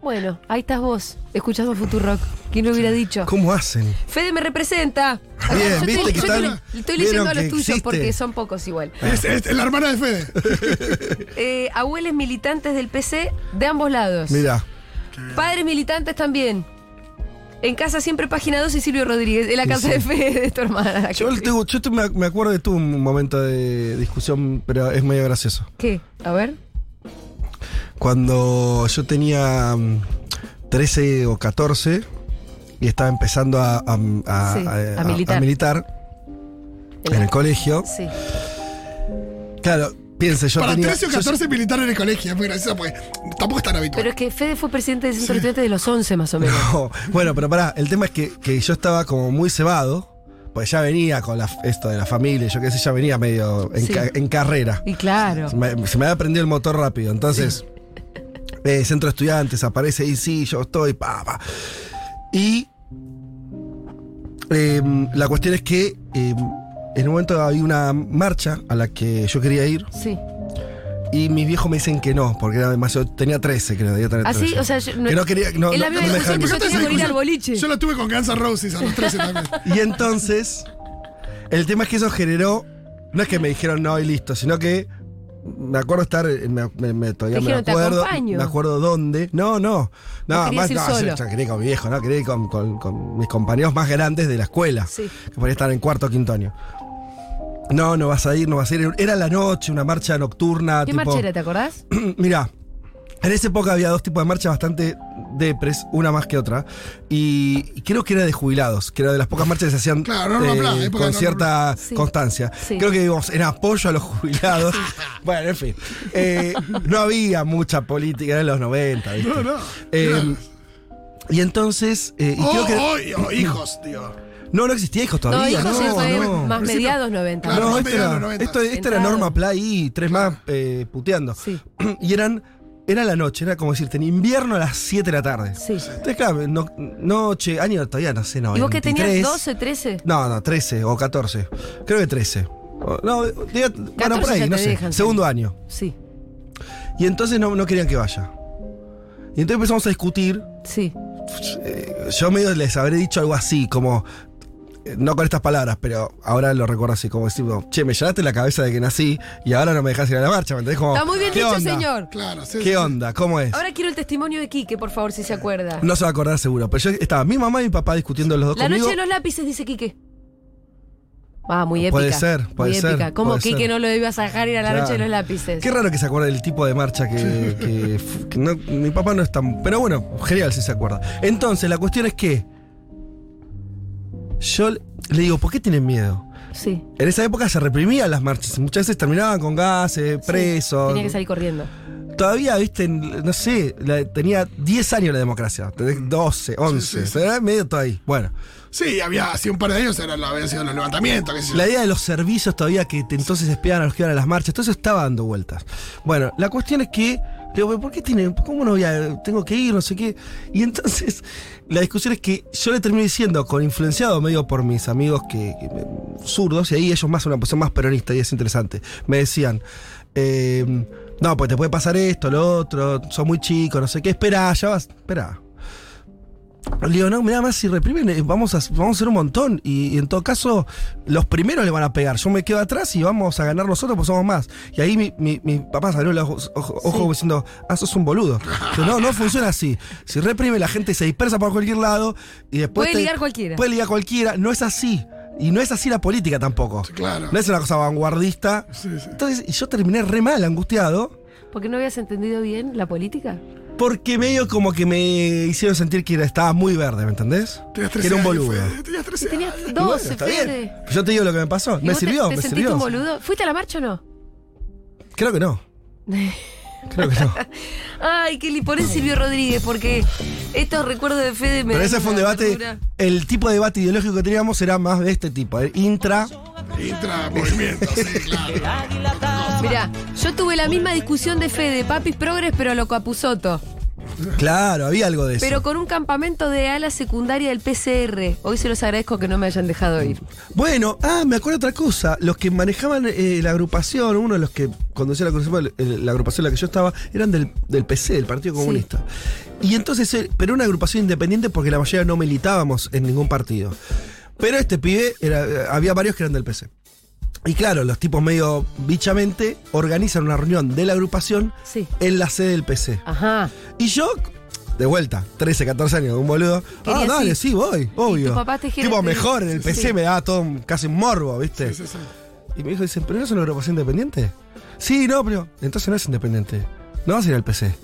[SPEAKER 1] bueno, ahí estás vos, escuchando Futurock. ¿Quién lo hubiera dicho?
[SPEAKER 3] ¿Cómo hacen?
[SPEAKER 1] Fede me representa.
[SPEAKER 3] Bien,
[SPEAKER 1] yo
[SPEAKER 3] viste
[SPEAKER 1] estoy,
[SPEAKER 3] que
[SPEAKER 1] yo
[SPEAKER 3] están-
[SPEAKER 1] estoy- estoy
[SPEAKER 3] vieron
[SPEAKER 1] leyendo a los
[SPEAKER 3] que
[SPEAKER 1] tuyos
[SPEAKER 3] existe.
[SPEAKER 1] porque son pocos igual.
[SPEAKER 2] Es, es la hermana de Fede.
[SPEAKER 1] Eh, abuelos militantes del PC de ambos lados.
[SPEAKER 3] Mira,
[SPEAKER 1] Padres militantes también. En casa siempre página 2 y Silvio Rodríguez. En la casa de Fede, de tu hermana.
[SPEAKER 3] yo,
[SPEAKER 1] ¿Qué?
[SPEAKER 3] tengo- yo te- me me acuerdo de tu un momento de discusión, pero es medio gracioso.
[SPEAKER 1] ¿Qué? A ver.
[SPEAKER 3] Cuando yo tenía mm, 13 o 14 y estaba empezando a, a- a-
[SPEAKER 1] Sí,
[SPEAKER 3] a-
[SPEAKER 1] a
[SPEAKER 3] a-
[SPEAKER 1] militar.
[SPEAKER 3] a militar en el colegio,
[SPEAKER 1] Sí.
[SPEAKER 3] claro, piense, yo
[SPEAKER 2] Para
[SPEAKER 3] tenía...
[SPEAKER 2] 13 o
[SPEAKER 3] yo-
[SPEAKER 2] 14 militares en el colegio. Es muy gracioso porque tampoco es tan habitual.
[SPEAKER 1] Pero es que Fede fue presidente del centro de estudiantes de los 11 más o menos.
[SPEAKER 3] <laughs> No, bueno, pero pará, el tema es que, que yo estaba como muy cebado, pues ya venía con la, esto de la familia, yo qué sé, ya venía medio en,
[SPEAKER 1] Sí.
[SPEAKER 3] ca- en carrera.
[SPEAKER 1] Y claro.
[SPEAKER 3] Se me, se me había prendido el motor rápido, entonces, eh, centro de estudiantes, aparece y sí, yo estoy, pa, pa. Y eh, la cuestión es que eh, en un momento había una marcha a la que yo quería ir
[SPEAKER 1] Sí.
[SPEAKER 3] y mis viejos me dicen que no, porque era demasiado, tenía 13, creo, debía tener
[SPEAKER 1] Así,
[SPEAKER 3] 13.
[SPEAKER 1] Ah, o sea, yo-
[SPEAKER 3] que no quería, no,
[SPEAKER 1] Es la
[SPEAKER 3] no-
[SPEAKER 1] misma
[SPEAKER 3] no me
[SPEAKER 1] discusión
[SPEAKER 3] dejaron
[SPEAKER 1] que
[SPEAKER 3] ir.
[SPEAKER 1] yo
[SPEAKER 2] Pero
[SPEAKER 1] tenía que
[SPEAKER 2] esa
[SPEAKER 1] ir al
[SPEAKER 2] discusión-
[SPEAKER 1] boliche.
[SPEAKER 2] Yo la tuve con Guns N' Roses a los 13 también.
[SPEAKER 3] Y entonces, el tema es que eso generó. No es que me dijeron no y listo, sino que me acuerdo estar. Me, me- me- todavía
[SPEAKER 1] Te
[SPEAKER 3] me
[SPEAKER 1] dijeron, "Te
[SPEAKER 3] acuerdo.
[SPEAKER 1] acompaño".
[SPEAKER 3] me acuerdo dónde. No, no.
[SPEAKER 1] No
[SPEAKER 3] No,
[SPEAKER 1] querías
[SPEAKER 3] más
[SPEAKER 1] ir
[SPEAKER 3] no,
[SPEAKER 1] solo.
[SPEAKER 3] yo, yo quería ir con mi viejo, ¿no? Quería ir con, con- con mis compañeros más grandes de la escuela.
[SPEAKER 1] Sí.
[SPEAKER 3] Que podían estar en cuarto o quinto año. No, no vas a ir, no vas a ir. Era la noche, una marcha nocturna.
[SPEAKER 1] ¿Qué
[SPEAKER 3] tipo,
[SPEAKER 1] marchera, te acordás?
[SPEAKER 3] <clears throat> Mirá, en esa época había dos tipos de marchas bastante depres, una más que otra. Y creo que era de jubilados, que era de las pocas marchas que se hacían eh,
[SPEAKER 2] Claro, no, no, bla, época
[SPEAKER 3] con
[SPEAKER 2] no,
[SPEAKER 3] cierta
[SPEAKER 1] Sí.
[SPEAKER 3] constancia.
[SPEAKER 1] Sí.
[SPEAKER 3] Creo que digamos, en apoyo a los jubilados. <laughs> bueno, en fin. Eh, no había mucha política, era en los 90, ¿viste?
[SPEAKER 2] No, no.
[SPEAKER 3] Eh,
[SPEAKER 2] Claro.
[SPEAKER 3] y entonces. eh, <laughs> y
[SPEAKER 2] O
[SPEAKER 3] creo que-
[SPEAKER 2] o- o Oh, hijos, digo.
[SPEAKER 3] no, no existía hijos todavía.
[SPEAKER 1] no, hijos
[SPEAKER 3] no,
[SPEAKER 1] fue
[SPEAKER 3] no.
[SPEAKER 1] más
[SPEAKER 2] Pero sí,
[SPEAKER 1] mediados 90.
[SPEAKER 2] Claro,
[SPEAKER 3] no,
[SPEAKER 2] más
[SPEAKER 3] esto
[SPEAKER 2] mediados
[SPEAKER 3] era,
[SPEAKER 2] 90.
[SPEAKER 3] esto, esto era
[SPEAKER 1] Entrado.
[SPEAKER 3] Norma Play y tres más eh, puteando.
[SPEAKER 1] Sí.
[SPEAKER 3] <clears throat> Y eran, era la noche, era como decirte, en invierno a las 7 de la tarde.
[SPEAKER 1] Sí.
[SPEAKER 3] Entonces, claro, no- noche, año todavía no sé, no.
[SPEAKER 1] ¿Y vos que tenías 12, 13?
[SPEAKER 3] No, no, 13 o 14. Creo que 13. O- No, diga- bueno,
[SPEAKER 1] 14
[SPEAKER 3] por
[SPEAKER 1] ya
[SPEAKER 3] ahí,
[SPEAKER 1] te
[SPEAKER 3] no sé.
[SPEAKER 1] dejan, sí.
[SPEAKER 3] segundo año.
[SPEAKER 1] Sí,
[SPEAKER 3] Y entonces no, no querían que vaya. Y entonces empezamos a discutir.
[SPEAKER 1] sí.
[SPEAKER 3] Oh, Yo medio les habré dicho algo así, como. eh, No con estas palabras, pero ahora lo recuerdo así, como decir, che, me llenaste la cabeza de que nací y ahora no me dejas ir a la marcha, ¿me entendés? Como,
[SPEAKER 1] Está muy bien
[SPEAKER 3] ¿qué
[SPEAKER 1] dicho,
[SPEAKER 3] onda?
[SPEAKER 1] señor.
[SPEAKER 2] Claro, sí. sí,
[SPEAKER 3] ¿Qué onda? ¿Cómo es?
[SPEAKER 1] Ahora quiero el testimonio de Quique, por favor, si se acuerda.
[SPEAKER 3] No se va a acordar seguro, pero yo estaba mi mamá y mi papá discutiendo los dos
[SPEAKER 1] La
[SPEAKER 3] conmigo.
[SPEAKER 1] noche de los lápices, dice Quique. Ah, muy épica.
[SPEAKER 3] Puede ser, puede
[SPEAKER 1] muy épica.
[SPEAKER 3] ser,
[SPEAKER 1] ¿Cómo
[SPEAKER 3] puede
[SPEAKER 1] Quique
[SPEAKER 3] ser.
[SPEAKER 1] no lo ibas a dejar ir a la
[SPEAKER 3] Claro.
[SPEAKER 1] noche de los lápices?
[SPEAKER 3] Qué raro que se acuerde del tipo de marcha que, que fu- que no- mi papá no es tan... Pero bueno, genial si se acuerda. Entonces, la cuestión es que yo le digo, ¿por qué tienen miedo?
[SPEAKER 1] Sí.
[SPEAKER 3] En esa época se reprimían las marchas, muchas veces terminaban con gases, presos.
[SPEAKER 1] Tenía que salir corriendo.
[SPEAKER 3] Todavía, viste, en- no sé, la- tenía 10 años la democracia, tenés 12, 11, ¿verdad? medio todo ahí. Bueno,
[SPEAKER 2] Sí, había hace un par de años era, la- había sido los levantamientos. qué sé yo.
[SPEAKER 3] La idea de los servicios todavía que te- entonces espiaban a los que iban a las marchas, todo eso estaba dando vueltas. Bueno, la cuestión es que Le digo, "Pero ¿por qué tiene? ¿Cómo no voy a- Tengo que ir, no sé qué. <laughs> Y entonces, la discusión es que yo le terminé diciendo, con influenciado medio por mis amigos que, que me- zurdos, y ahí ellos más, una posición más peronista, y es interesante. Me decían, eh, no, pues te puede pasar esto, lo otro, sos muy chico, no sé qué, espera, ya vas, espera. Le digo, no, mirá más si reprimen, eh, vamos a, vamos a hacer un montón. Y, y en todo caso, los primeros le van a pegar. Yo me quedo atrás y vamos a ganar nosotros, pues somos más. Y ahí mi, mi- mi papá salió los ojos, ojo- ojos diciendo, ah, sos un boludo. Yo, no, no funciona así. Si reprime, la gente se dispersa por cualquier lado y después.
[SPEAKER 1] Puede ligar cualquiera.
[SPEAKER 3] Puede ligar cualquiera. No es así. Y no es así la política tampoco.
[SPEAKER 2] Sí, claro.
[SPEAKER 3] No es una cosa vanguardista.
[SPEAKER 2] Sí, sí.
[SPEAKER 3] Entonces, y yo terminé re mal, angustiado.
[SPEAKER 1] ¿Por qué no habías entendido bien la política?
[SPEAKER 3] Porque medio como que me hicieron sentir que era- estaba muy verde, ¿me entendés?
[SPEAKER 2] Tenías
[SPEAKER 3] que
[SPEAKER 2] 13
[SPEAKER 3] era un
[SPEAKER 2] años,
[SPEAKER 3] boludo.
[SPEAKER 2] Fede, Tenías 13
[SPEAKER 1] Tenías
[SPEAKER 2] años.
[SPEAKER 3] Y bueno,
[SPEAKER 1] 12,
[SPEAKER 3] está
[SPEAKER 1] Fede.
[SPEAKER 3] bien. Yo te digo lo que me pasó.
[SPEAKER 1] ¿Y
[SPEAKER 3] Me
[SPEAKER 1] vos te-
[SPEAKER 3] sirvió,
[SPEAKER 1] ¿Te
[SPEAKER 3] me
[SPEAKER 1] sentiste
[SPEAKER 3] sirvió.
[SPEAKER 1] un boludo? ¿Fuiste a la marcha o no?
[SPEAKER 3] Creo
[SPEAKER 1] <laughs>
[SPEAKER 3] que no. Creo que no.
[SPEAKER 1] Ay, Kelly, por eso Silvio Rodríguez, porque estos recuerdos de Fede me
[SPEAKER 3] Pero
[SPEAKER 1] dan
[SPEAKER 3] ese fue un
[SPEAKER 1] una
[SPEAKER 3] debate.
[SPEAKER 1] ternura.
[SPEAKER 3] El tipo de debate ideológico que teníamos era más de este tipo. el Intra.
[SPEAKER 2] Intra, movimiento, sí, claro.
[SPEAKER 1] Mirá, yo tuve la misma discusión de Fede, papis progres, pero a lo capuzoto.
[SPEAKER 3] Claro, había algo de eso.
[SPEAKER 1] Pero con un campamento de ala secundaria del PCR. Hoy se los agradezco que no me hayan dejado ir.
[SPEAKER 3] Bueno, ah, me acuerdo otra cosa. Los que manejaban eh, la agrupación, uno de los que conducía la agrupación, el- la agrupación en la que yo estaba, eran del, del PC, del Partido
[SPEAKER 1] Sí.
[SPEAKER 3] Comunista. Y entonces, eh, pero una agrupación independiente porque la mayoría no militábamos en ningún partido. Pero este pibe, era, eh, había varios que eran del PC. Y claro, los tipos medio bichamente organizan una reunión de la agrupación
[SPEAKER 1] Sí.
[SPEAKER 3] en la sede del PC.
[SPEAKER 1] Ajá.
[SPEAKER 3] Y yo, de vuelta, 13, 14 años, un boludo.
[SPEAKER 1] Quería
[SPEAKER 3] ah, dale,
[SPEAKER 1] sí.
[SPEAKER 3] sí, voy, obvio.
[SPEAKER 1] tus papás te dijeron-
[SPEAKER 3] Tipo, mejor, en el
[SPEAKER 1] Sí,
[SPEAKER 3] PC
[SPEAKER 1] sí.
[SPEAKER 3] me daba todo un- casi un morbo, ¿viste?
[SPEAKER 2] Sí, sí, sí.
[SPEAKER 3] Y me dijo, dicen, ¿pero no es una agrupación independiente? Sí, no, pero entonces no es independiente. No vas a ir al PC.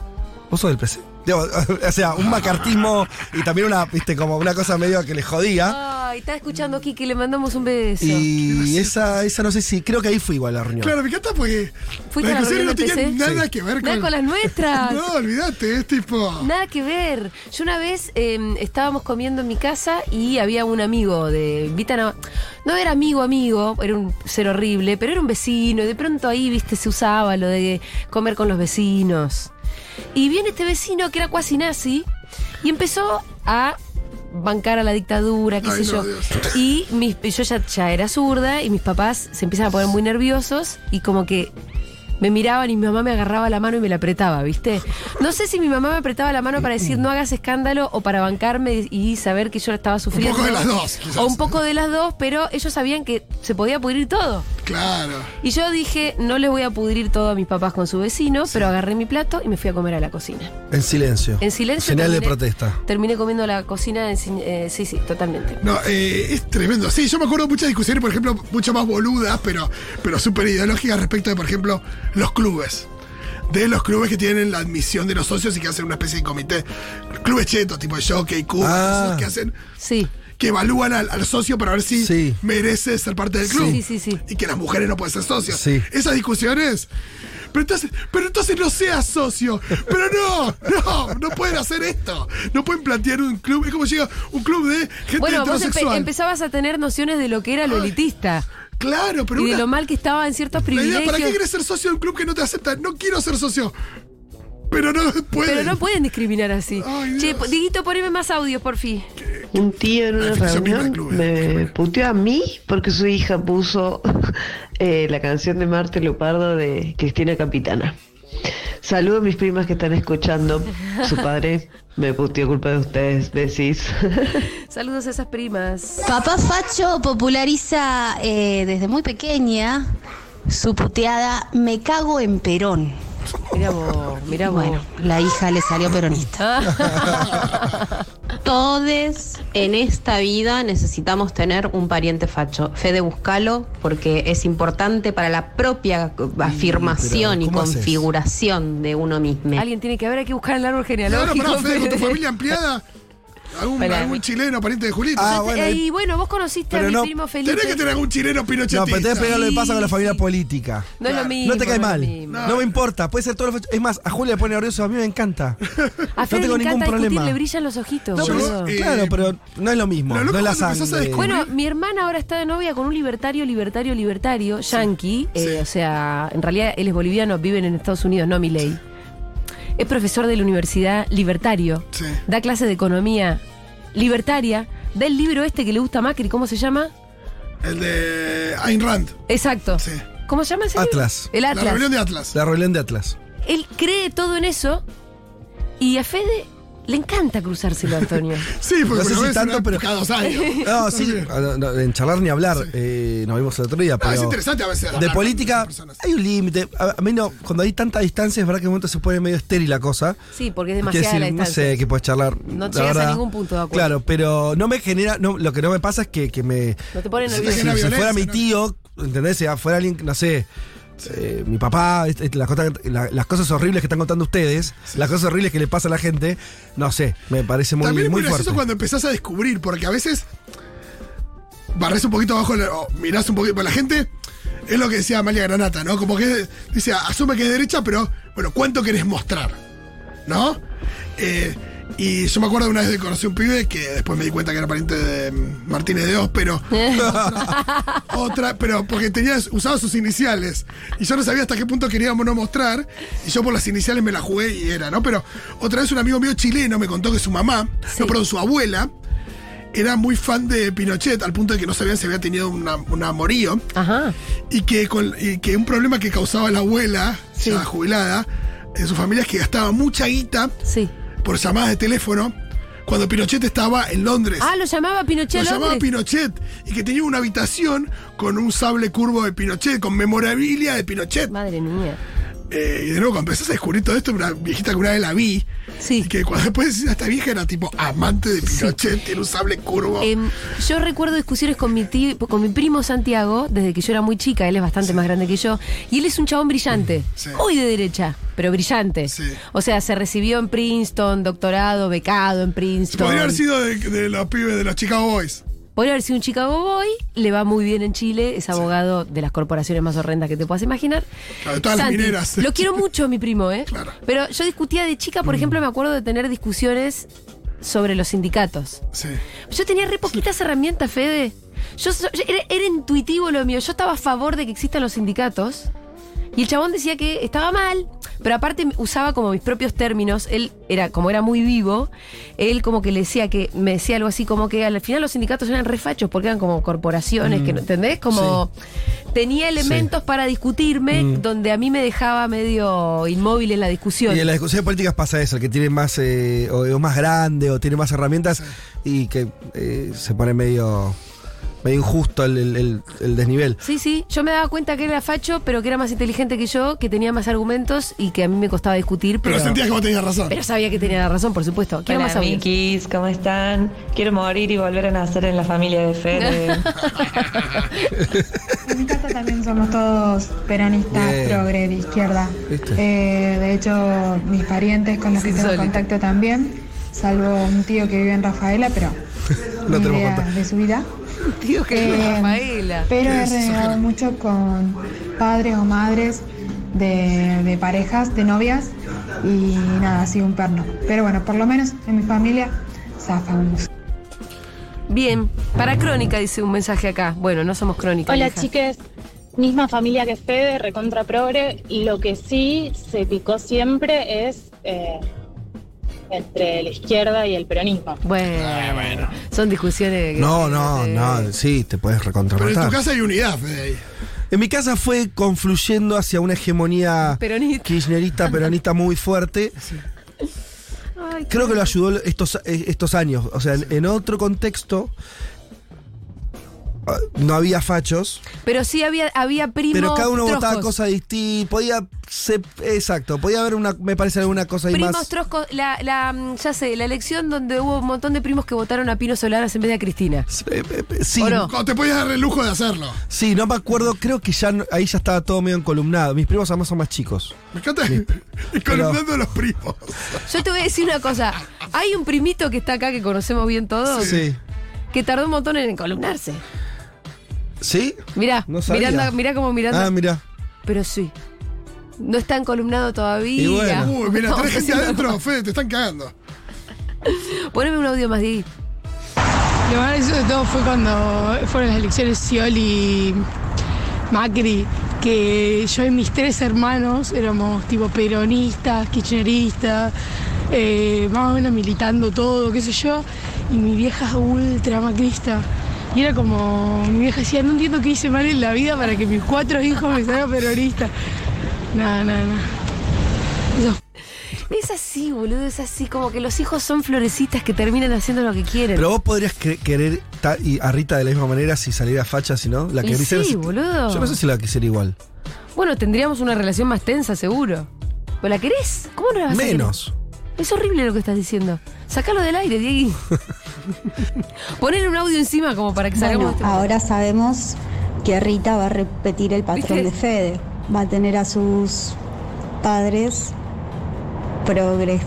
[SPEAKER 3] ¿Vos sos del PC? Digo, <laughs> o sea, un macartismo y también una, viste, como una cosa medio que le jodía.
[SPEAKER 1] Ay, está escuchando Kiki, le mandamos un beso.
[SPEAKER 3] Y esa, esa no sé si, creo que ahí fue igual la reunión.
[SPEAKER 2] Claro, pues, me encanta porque
[SPEAKER 1] ¿Fuiste a la
[SPEAKER 2] las discusiones
[SPEAKER 1] reunión
[SPEAKER 2] no
[SPEAKER 1] del
[SPEAKER 2] tenían
[SPEAKER 1] PC?
[SPEAKER 2] nada
[SPEAKER 1] Sí.
[SPEAKER 2] que ver con...
[SPEAKER 1] Nada con las nuestras.
[SPEAKER 2] <laughs> No, olvídate, es tipo...
[SPEAKER 1] Nada que ver. Yo una vez eh, estábamos comiendo en mi casa y había un amigo de. Invitan a- No era amigo, amigo, era un ser horrible, pero era un vecino. Y de pronto ahí, viste, se usaba lo de comer con los vecinos. Y viene este vecino que era cuasi nazi y empezó a bancar a la dictadura, qué
[SPEAKER 2] Ay,
[SPEAKER 1] sé
[SPEAKER 2] no,
[SPEAKER 1] yo.
[SPEAKER 2] Dios.
[SPEAKER 1] Y mis, yo ya, ya era zurda y mis papás se empiezan a poner muy nerviosos y como que me miraban y mi mamá me agarraba la mano y me la apretaba, ¿viste? No sé si mi mamá me apretaba la mano para decir no hagas escándalo o para bancarme y saber que yo la estaba sufriendo.
[SPEAKER 2] poco de las dos, quizás.
[SPEAKER 1] O un poco de las dos, pero ellos sabían que se podía pudrir todo.
[SPEAKER 2] Claro.
[SPEAKER 1] Y yo dije, no les voy a pudrir todo a mis papás con su vecino, pero agarré mi plato y me fui a comer a la cocina.
[SPEAKER 3] En silencio.
[SPEAKER 1] En silencio. ¿eh?
[SPEAKER 3] Señal de
[SPEAKER 1] terminé-
[SPEAKER 3] protesta.
[SPEAKER 1] Terminé comiendo a la cocina en sin- eh, sí, sí, totalmente.
[SPEAKER 2] No, eh, es tremendo. Sí, yo me acuerdo de muchas discusiones, por ejemplo, mucho más boludas, pero, pero súper ideológicas respecto de, por ejemplo, los clubes. De los clubes que tienen la admisión de los socios y que hacen una especie de comité. Clubes chetos, tipo Jockey, Cuba,
[SPEAKER 3] Ah.
[SPEAKER 2] esos que hacen.
[SPEAKER 1] Sí.
[SPEAKER 2] Que evalúan al, al socio para ver si
[SPEAKER 3] Sí.
[SPEAKER 2] merece ser parte del club.
[SPEAKER 1] Sí, sí, sí.
[SPEAKER 2] Y que las mujeres no pueden ser socios.
[SPEAKER 3] Sí.
[SPEAKER 2] Esas discusiones. Pero entonces, pero entonces no seas socio. Pero no, no, no pueden hacer esto. No pueden plantear un club. Es como llega un club de gente
[SPEAKER 1] Bueno, vos empe-
[SPEAKER 2] heterosexual.
[SPEAKER 1] empezabas a tener nociones de lo que era lo
[SPEAKER 2] Ay,
[SPEAKER 1] elitista
[SPEAKER 2] Claro, pero
[SPEAKER 1] y de
[SPEAKER 2] una-
[SPEAKER 1] lo mal que estaba en ciertos
[SPEAKER 2] la idea,
[SPEAKER 1] privilegios.
[SPEAKER 2] ¿para qué querés ser socio de un club que no te acepta? No quiero ser socio. Pero no puede.
[SPEAKER 1] Pero no pueden discriminar así.
[SPEAKER 2] Ay,
[SPEAKER 1] che,
[SPEAKER 2] Dios.
[SPEAKER 1] po- Dieguito, poneme más audios, por fin.
[SPEAKER 9] Un tío en
[SPEAKER 2] La
[SPEAKER 9] una
[SPEAKER 2] definición misma del
[SPEAKER 9] reunión
[SPEAKER 2] club, eh.
[SPEAKER 9] me puteó a mí porque su hija puso <laughs> eh, la canción de Marte Leopardo de Cristina Capitana. Saludos a mis primas que están escuchando. Su padre me puteó culpa de ustedes, decís. <laughs>
[SPEAKER 1] Saludos a esas primas.
[SPEAKER 10] Papá Facho populariza eh, desde muy pequeña su puteada Me cago en Perón.
[SPEAKER 1] Mirá vos, mirá vos. Ah.
[SPEAKER 10] Bueno, la hija le salió peronista.
[SPEAKER 11] Todos en esta vida necesitamos tener un pariente facho. Fede, buscalo porque es importante para la propia afirmación y
[SPEAKER 3] ¿cómo haces?
[SPEAKER 11] configuración de uno mismo.
[SPEAKER 1] Alguien tiene que haber, hay que buscar el árbol
[SPEAKER 2] Claro,
[SPEAKER 1] genealógico.
[SPEAKER 2] pará, Fede, con tu
[SPEAKER 1] Fede. <laughs>
[SPEAKER 2] familia ampliada. Algún,
[SPEAKER 1] Para
[SPEAKER 2] algún
[SPEAKER 1] mí.
[SPEAKER 2] chileno, pariente de Julito.
[SPEAKER 3] Ah,
[SPEAKER 1] Eh,
[SPEAKER 3] bueno,
[SPEAKER 1] y bueno, vos conociste a
[SPEAKER 3] pero
[SPEAKER 1] mi
[SPEAKER 3] no,
[SPEAKER 1] primo Felipe.
[SPEAKER 2] Tenés que tener algún chileno
[SPEAKER 3] No,
[SPEAKER 2] pinochetista.
[SPEAKER 3] pero tenés que pegar lo que pasa con la
[SPEAKER 1] Sí,
[SPEAKER 3] familia
[SPEAKER 1] sí.
[SPEAKER 3] política.
[SPEAKER 1] No es lo
[SPEAKER 2] Claro.
[SPEAKER 1] mismo.
[SPEAKER 3] No te cae
[SPEAKER 1] es lo
[SPEAKER 3] mal.
[SPEAKER 1] mismo.
[SPEAKER 3] No me importa. Puede ser todo lo Es más, a Julia le pone nervioso. A mí me encanta.
[SPEAKER 1] <laughs> A
[SPEAKER 3] no
[SPEAKER 1] Fede
[SPEAKER 3] tengo
[SPEAKER 1] le encanta
[SPEAKER 3] ningún
[SPEAKER 1] discutir,
[SPEAKER 3] problema.
[SPEAKER 1] le brillan los ojitos.
[SPEAKER 3] No, pero-
[SPEAKER 1] boludo.
[SPEAKER 2] eh,
[SPEAKER 3] claro, pero no es lo mismo.
[SPEAKER 2] lo loco
[SPEAKER 3] no es la
[SPEAKER 2] cuando empezás a
[SPEAKER 3] sangre.
[SPEAKER 2] descubrir-
[SPEAKER 1] Bueno, mi hermana ahora está de novia con un libertario, libertario, libertario, yanqui. eh,
[SPEAKER 2] Sí.
[SPEAKER 1] O sea, en realidad él es boliviano, viven en Estados Unidos, no Milei. Es profesor de la Universidad Libertario.
[SPEAKER 2] Sí.
[SPEAKER 1] Da clases de economía libertaria. Da el libro este que le gusta a Macri, ¿cómo se llama?
[SPEAKER 2] El de Ayn Rand.
[SPEAKER 1] Exacto.
[SPEAKER 2] Sí.
[SPEAKER 1] ¿Cómo se llama ese libro?
[SPEAKER 3] Atlas.
[SPEAKER 1] El
[SPEAKER 2] La
[SPEAKER 1] Atlas.
[SPEAKER 2] rebelión de Atlas.
[SPEAKER 3] La rebelión
[SPEAKER 2] <laughs>
[SPEAKER 3] de Atlas.
[SPEAKER 1] Él cree todo en eso y a Fede le encanta cruzárselo,
[SPEAKER 2] <laughs>
[SPEAKER 1] Antonio.
[SPEAKER 2] Sí, porque
[SPEAKER 3] No sé
[SPEAKER 2] una
[SPEAKER 3] si
[SPEAKER 2] vez
[SPEAKER 3] tanto,
[SPEAKER 2] una-
[SPEAKER 3] pero-
[SPEAKER 2] cada dos años.
[SPEAKER 3] <laughs> No, sí, ah, no, no, en charlar ni hablar. eh, nos vimos el otro día.
[SPEAKER 2] Ah, es
[SPEAKER 3] pero
[SPEAKER 2] interesante a veces.
[SPEAKER 3] De
[SPEAKER 2] hablar con
[SPEAKER 3] política
[SPEAKER 2] personas.
[SPEAKER 3] hay un límite. A a mí no, cuando hay tanta distancia, es verdad que en un momento se pone medio estéril la cosa.
[SPEAKER 1] Sí, porque es
[SPEAKER 3] Quiero
[SPEAKER 1] demasiada
[SPEAKER 3] decir,
[SPEAKER 1] la
[SPEAKER 3] no
[SPEAKER 1] distancia.
[SPEAKER 3] sé qué puedes charlar.
[SPEAKER 1] No
[SPEAKER 3] la
[SPEAKER 1] llegas a
[SPEAKER 3] verdad.
[SPEAKER 1] ningún punto de acuerdo.
[SPEAKER 3] Claro, pero no me genera. No, lo que no me pasa es que, que me.
[SPEAKER 1] No te pone
[SPEAKER 3] si-
[SPEAKER 1] nervioso.
[SPEAKER 3] Si,
[SPEAKER 2] Genera
[SPEAKER 3] si
[SPEAKER 2] violencia,
[SPEAKER 3] fuera mi
[SPEAKER 2] ¿no?
[SPEAKER 3] tío, ¿entendés? Si fuera alguien, no sé. eh, mi papá, este, este, las, cosas, la- las cosas horribles que están contando ustedes, las cosas horribles que le pasa a la gente, no sé, me parece muy,
[SPEAKER 2] También es muy
[SPEAKER 3] muy
[SPEAKER 2] gracioso
[SPEAKER 3] fuerte.
[SPEAKER 2] cuando empezás a descubrir, porque a veces barres un poquito abajo, la- o mirás un poquito, pero la gente es lo que decía Amalia Granata, ¿no? Como que dice, asume que es derecha, pero bueno, ¿cuánto querés mostrar? ¿No? Eh, y yo me acuerdo una vez que conocí a un pibe que después me di cuenta que era pariente de mm, Martínez de Oz, pero otra, pero porque tenía usado sus iniciales. Y yo no sabía hasta qué punto queríamos no mostrar. Y yo por las iniciales me la jugué y era, ¿no? Pero otra vez un amigo mío chileno me contó que su mamá, no, perdón, su abuela, era muy fan de Pinochet, al punto de que no sabían si había tenido una- un amorío.
[SPEAKER 1] Ajá.
[SPEAKER 2] Y que, con- y que un problema que causaba la abuela, ya jubilada, en su familia es que gastaba mucha guita
[SPEAKER 1] Sí.
[SPEAKER 2] por llamadas de teléfono cuando Pinochet estaba en Londres.
[SPEAKER 1] Ah, lo llamaba Pinochet.
[SPEAKER 2] Lo llamaba
[SPEAKER 1] Londres.
[SPEAKER 2] Pinochet y que tenía una habitación con un sable curvo de Pinochet, con memorabilia de Pinochet.
[SPEAKER 1] Madre mía.
[SPEAKER 2] Eh, y de nuevo, cuando empezás a descubrir todo esto, una viejita que una vez la vi,
[SPEAKER 1] Sí.
[SPEAKER 2] y que cuando después decís, "Ah, esta vieja era tipo amante de Pinochet, tiene un sable curvo.
[SPEAKER 1] Em, yo recuerdo discusiones con mi tío, con mi primo Santiago, desde que yo era muy chica, él es bastante más grande que yo, y él es un chabón brillante,
[SPEAKER 2] Sí.
[SPEAKER 1] muy de derecha, pero brillante.
[SPEAKER 2] Sí.
[SPEAKER 1] O sea, se recibió en Princeton, doctorado, becado en Princeton.
[SPEAKER 2] Podría haber sido de, de los pibes de los Chicago Boys.
[SPEAKER 1] Podría haber sido un Chicago Boy, le va muy bien en Chile, es abogado de las corporaciones más horrendas que te puedas imaginar.
[SPEAKER 2] Claro, de todas las mineras.
[SPEAKER 1] Lo quiero mucho, a mi primo, ¿eh?
[SPEAKER 2] Claro. Mm.
[SPEAKER 1] Pero yo discutía de chica, por ejemplo, me acuerdo de tener discusiones sobre los sindicatos.
[SPEAKER 2] Sí.
[SPEAKER 1] Yo tenía re poquitas herramientas, Fede. Yo, so- yo- era, era intuitivo lo mío. Yo estaba a favor de que existan los sindicatos. Y el chabón decía que estaba mal, pero aparte usaba como mis propios términos. Él era, como era muy vivo, él como que le decía que, me decía algo así como que al final los sindicatos eran refachos porque eran como corporaciones, que, no- ¿entendés? Como tenía elementos para discutirme donde a mí me dejaba medio inmóvil en la discusión.
[SPEAKER 3] Y en las discusiones políticas pasa eso, el que tiene más eh, o es más grande o tiene más herramientas y que eh, se pone medio, medio injusto el, el- el- el desnivel.
[SPEAKER 1] Sí, sí, yo me daba cuenta que era facho, pero que era más inteligente que yo, que tenía más argumentos y que a mí me costaba discutir,
[SPEAKER 2] Pero
[SPEAKER 1] pero,
[SPEAKER 2] sentías que vos tenías razón.
[SPEAKER 1] pero sabía que tenía la razón, por supuesto. ¿Qué más
[SPEAKER 12] Hola,
[SPEAKER 1] audio?
[SPEAKER 12] Mikis, ¿cómo están? Quiero morir y volver a nacer en la familia de Fede.
[SPEAKER 13] En mi casa también somos todos peronistas,
[SPEAKER 3] Bien.
[SPEAKER 14] eh,
[SPEAKER 13] progre, de izquierda.
[SPEAKER 3] ¿Viste?
[SPEAKER 13] Eh, de hecho, mis parientes con los que tengo
[SPEAKER 1] Insólito.
[SPEAKER 13] contacto también, <laughs> salvo un tío que vive en Rafaela, pero
[SPEAKER 3] No
[SPEAKER 13] ni
[SPEAKER 3] tenemos
[SPEAKER 13] idea
[SPEAKER 3] contacto.
[SPEAKER 13] de su vida.
[SPEAKER 1] Tío, que
[SPEAKER 13] Eh,
[SPEAKER 1] Rafaela.
[SPEAKER 13] Pero he renegado mucho con padres o madres de, de parejas, de novias, y nada, ha sido un perno. Pero bueno, por lo menos en mi familia zafamos.
[SPEAKER 1] Bien, para Crónica dice un mensaje acá. Bueno, no somos Crónica.
[SPEAKER 15] Hola
[SPEAKER 1] vieja.
[SPEAKER 15] chiques, misma familia que Fede, recontra progre. Lo que sí se picó siempre es eh, entre la izquierda y el peronismo.
[SPEAKER 1] Bueno, son discusiones. que-
[SPEAKER 3] No, no, no, sí, te puedes
[SPEAKER 2] Pero en tu
[SPEAKER 3] recontratar.
[SPEAKER 2] casa hay unidad, Fede. ahí.
[SPEAKER 3] En mi casa fue confluyendo hacia una hegemonía
[SPEAKER 1] Peronista.
[SPEAKER 3] kirchnerista, peronista muy fuerte.
[SPEAKER 1] Ay,
[SPEAKER 3] Creo que lo ayudó estos, eh, estos años. O sea, en, en otro contexto ah, no había fachos.
[SPEAKER 1] Pero sí había, había primos.
[SPEAKER 3] Pero cada uno
[SPEAKER 1] troscos.
[SPEAKER 3] votaba cosas distintas. Podía ser. Exacto. Podía haber una. Me parece alguna cosa ahí
[SPEAKER 1] Primos
[SPEAKER 3] más.
[SPEAKER 1] troscos, la, la, mm, ya sé, la elección donde hubo un montón de primos que votaron a Pino Solanas en vez de a Cristina.
[SPEAKER 3] Eh, eh, eh, Sí,
[SPEAKER 1] ¿O no?
[SPEAKER 2] Cuando te podías dar el lujo de hacerlo.
[SPEAKER 3] sí, no me acuerdo. Creo que ya no- ahí ya estaba todo medio encolumnado. Mis primos además son más chicos.
[SPEAKER 2] Me encanta <laughs>
[SPEAKER 3] Sí.
[SPEAKER 2] y columnando a los primos.
[SPEAKER 1] Yo te voy a decir una cosa. Hay un primito que está acá que conocemos bien todos.
[SPEAKER 3] Sí.
[SPEAKER 1] Que tardó un montón en encolumnarse.
[SPEAKER 3] ¿Sí?
[SPEAKER 1] Mirá,
[SPEAKER 3] No sabía.
[SPEAKER 1] Miranda, mirá como Miranda.
[SPEAKER 3] Ah, mira.
[SPEAKER 1] pero sí. No está encolumnado todavía.
[SPEAKER 3] Y bueno.
[SPEAKER 2] Uy, mira,
[SPEAKER 1] <laughs> No,
[SPEAKER 2] tenés gente
[SPEAKER 1] no.
[SPEAKER 2] adentro, Fede, te están cagando.
[SPEAKER 1] Poneme un audio más, Diego.
[SPEAKER 14] Lo más gracioso de todo fue cuando fueron las elecciones Scioli Macri, que yo y mis tres hermanos éramos tipo peronistas, kirchneristas, eh, más o menos militando todo, qué sé yo, y mi vieja es ultra macrista. Y era como, mi vieja decía, no entiendo qué hice mal en la vida para que mis cuatro hijos me salgan peronistas. No, no, no.
[SPEAKER 1] Es así, boludo, es así. Como que los hijos son florecitas que terminan haciendo lo que quieren.
[SPEAKER 3] Pero vos podrías que- querer ta- y a Rita de la misma manera si saliera facha, si no. La
[SPEAKER 1] Y
[SPEAKER 3] que
[SPEAKER 1] sí, boludo.
[SPEAKER 3] Yo no sé si la quisiera igual.
[SPEAKER 1] Bueno, tendríamos una relación más tensa, seguro. ¿O la querés? ¿Cómo Ah, no la vas a querer?
[SPEAKER 3] Menos.
[SPEAKER 1] Es horrible lo que estás diciendo. Sácalo del aire, Diegui. Poner un audio encima como para que salgamos.
[SPEAKER 16] Bueno,
[SPEAKER 1] de este-
[SPEAKER 16] ahora sabemos que Rita va a repetir el patrón
[SPEAKER 1] ¿Viste?
[SPEAKER 16] de Fede. Va a tener a sus padres progres.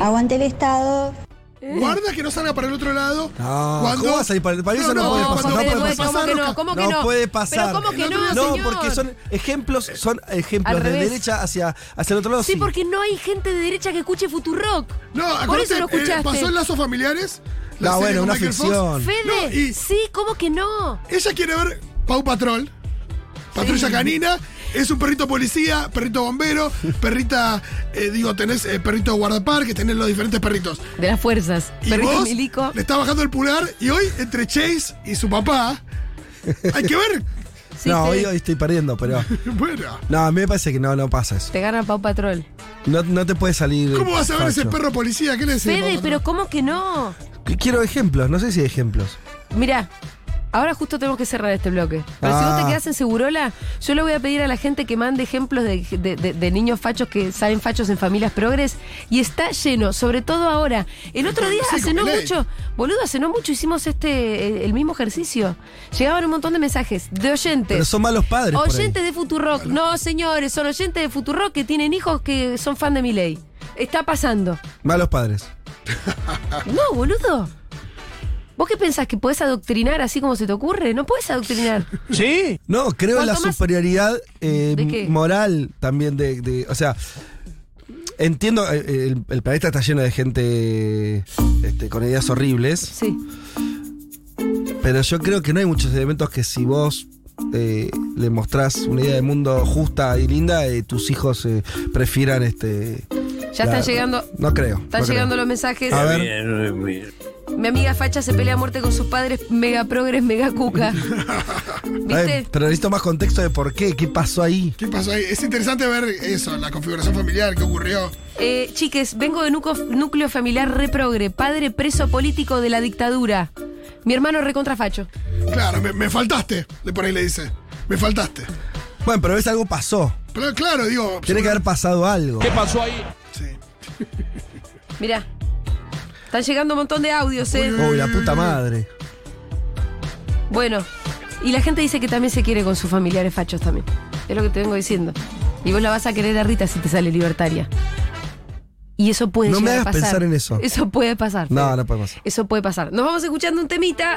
[SPEAKER 16] Aguante el Estado.
[SPEAKER 1] Eh.
[SPEAKER 2] Guarda que no salga para el otro lado.
[SPEAKER 3] No,
[SPEAKER 2] Cuando-
[SPEAKER 3] ¿cómo vas a ir para, para eso no,
[SPEAKER 2] No,
[SPEAKER 3] puede
[SPEAKER 2] no,
[SPEAKER 3] pasar?
[SPEAKER 2] ¿cómo que
[SPEAKER 3] No
[SPEAKER 2] no?
[SPEAKER 3] puede pasar.
[SPEAKER 2] ¿Cómo que no?
[SPEAKER 1] ¿Cómo que no?
[SPEAKER 3] puede
[SPEAKER 1] Pero
[SPEAKER 3] pasar.
[SPEAKER 1] ¿cómo que no, señor?
[SPEAKER 3] porque son ejemplos, son
[SPEAKER 1] Al
[SPEAKER 3] ejemplos de
[SPEAKER 1] revés.
[SPEAKER 3] derecha hacia, hacia el otro lado.
[SPEAKER 1] Sí, porque no hay gente de derecha que escuche Futurock.
[SPEAKER 2] No,
[SPEAKER 1] Por
[SPEAKER 2] acordate,
[SPEAKER 1] eso lo
[SPEAKER 2] eh,
[SPEAKER 1] escuchaste.
[SPEAKER 2] pasó en Lazos Familiares. la
[SPEAKER 3] No,
[SPEAKER 2] serie
[SPEAKER 3] bueno,
[SPEAKER 2] con
[SPEAKER 3] una
[SPEAKER 2] Michael Fox.
[SPEAKER 3] ficción.
[SPEAKER 1] Fede,
[SPEAKER 2] No, y
[SPEAKER 1] sí, ¿cómo que no?
[SPEAKER 2] ella quiere ver Pau Patrol, Patrulla Canina. Es un perrito policía, perrito
[SPEAKER 3] <laughs>
[SPEAKER 2] bombero, perrita, eh, digo, tenés eh, perrito guardaparque, tenés los diferentes perritos.
[SPEAKER 1] De las fuerzas.
[SPEAKER 2] Y
[SPEAKER 1] Perrito
[SPEAKER 2] vos
[SPEAKER 1] milico.
[SPEAKER 2] le está bajando el pulgar y hoy, entre Chase y su papá, hay que ver. <laughs>
[SPEAKER 3] no, hoy, hoy estoy perdiendo, pero.
[SPEAKER 2] Bueno.
[SPEAKER 3] No, a mí me parece que no, no pasa eso.
[SPEAKER 1] Te gana Pau Patrol.
[SPEAKER 3] No, no te puede salir.
[SPEAKER 2] ¿Cómo vas a ver ese
[SPEAKER 3] facho.
[SPEAKER 2] perro policía? ¿Qué le decís?
[SPEAKER 1] Fede, pero ¿cómo que no?
[SPEAKER 3] Qu- Quiero ejemplos, no sé si hay ejemplos.
[SPEAKER 1] Mirá, ahora justo tenemos que cerrar este bloque. Pero si vos
[SPEAKER 3] Ah.
[SPEAKER 1] te quedás en Segurola, yo le voy a pedir a la gente que mande ejemplos de, de- de- de niños fachos que salen fachos en familias progres. Y está lleno, sobre todo ahora. El otro día,
[SPEAKER 4] Sí,
[SPEAKER 1] hace no
[SPEAKER 4] con Milei.
[SPEAKER 1] mucho, boludo, hace no mucho hicimos este el, el mismo ejercicio. Llegaban un montón de mensajes de oyentes.
[SPEAKER 3] Pero son malos padres. por ahí.
[SPEAKER 1] Oyentes de Futurock. No, señores, son oyentes de Futurock que tienen hijos que son fan de mi ley. Está pasando.
[SPEAKER 3] Malos padres. Ah.
[SPEAKER 1] No, boludo. ¿Vos qué pensás? ¿Que podés adoctrinar así como se te ocurre? No podés adoctrinar.
[SPEAKER 3] ¿Sí? No, creo en la
[SPEAKER 1] Cuanto más-
[SPEAKER 3] superioridad eh,
[SPEAKER 1] ¿De qué?
[SPEAKER 3] moral también de, de- O sea, entiendo, eh, el, el planeta está lleno de gente este, con ideas horribles.
[SPEAKER 1] Sí.
[SPEAKER 3] Pero yo creo que no hay muchos elementos que si vos eh, le mostrás una idea de mundo justa y linda, eh, tus hijos eh, prefieran este...
[SPEAKER 1] Ya están llegando-
[SPEAKER 3] No creo.
[SPEAKER 1] Están
[SPEAKER 3] no creo.
[SPEAKER 1] llegando los mensajes.
[SPEAKER 3] A ver.
[SPEAKER 1] Mi amiga Facha se pelea a muerte con sus padres, mega progres, mega
[SPEAKER 3] <laughs>
[SPEAKER 1] cuca.
[SPEAKER 3] Ay,
[SPEAKER 1] ¿Viste?
[SPEAKER 3] pero necesito más contexto de por qué, qué pasó ahí.
[SPEAKER 2] ¿Qué pasó ahí? Es interesante ver eso, la configuración familiar, qué ocurrió.
[SPEAKER 1] Eh, chiques, vengo de nuco- núcleo familiar reprogre, padre preso político de la dictadura. Mi hermano recontrafacho.
[SPEAKER 2] Claro, me, me faltaste, le por ahí le dice. Me faltaste.
[SPEAKER 3] Bueno, pero ves, algo pasó.
[SPEAKER 2] Pero claro, digo.
[SPEAKER 3] Tiene que haber pasado algo.
[SPEAKER 2] pasó ahí?
[SPEAKER 1] Mirá. Están llegando un montón de audios, eh.
[SPEAKER 3] Uy, la puta madre.
[SPEAKER 1] Bueno, y la gente dice que también se quiere con sus familiares fachos también. Es lo que te vengo diciendo. Y vos la vas a querer a Rita si te sale libertaria. Y eso puede
[SPEAKER 3] No me
[SPEAKER 1] llegar a
[SPEAKER 3] hagas
[SPEAKER 1] pasar.
[SPEAKER 3] pensar en eso.
[SPEAKER 1] Eso puede pasar.
[SPEAKER 3] No, no puede pasar.
[SPEAKER 1] Eso puede pasar. Nos vamos escuchando un temita.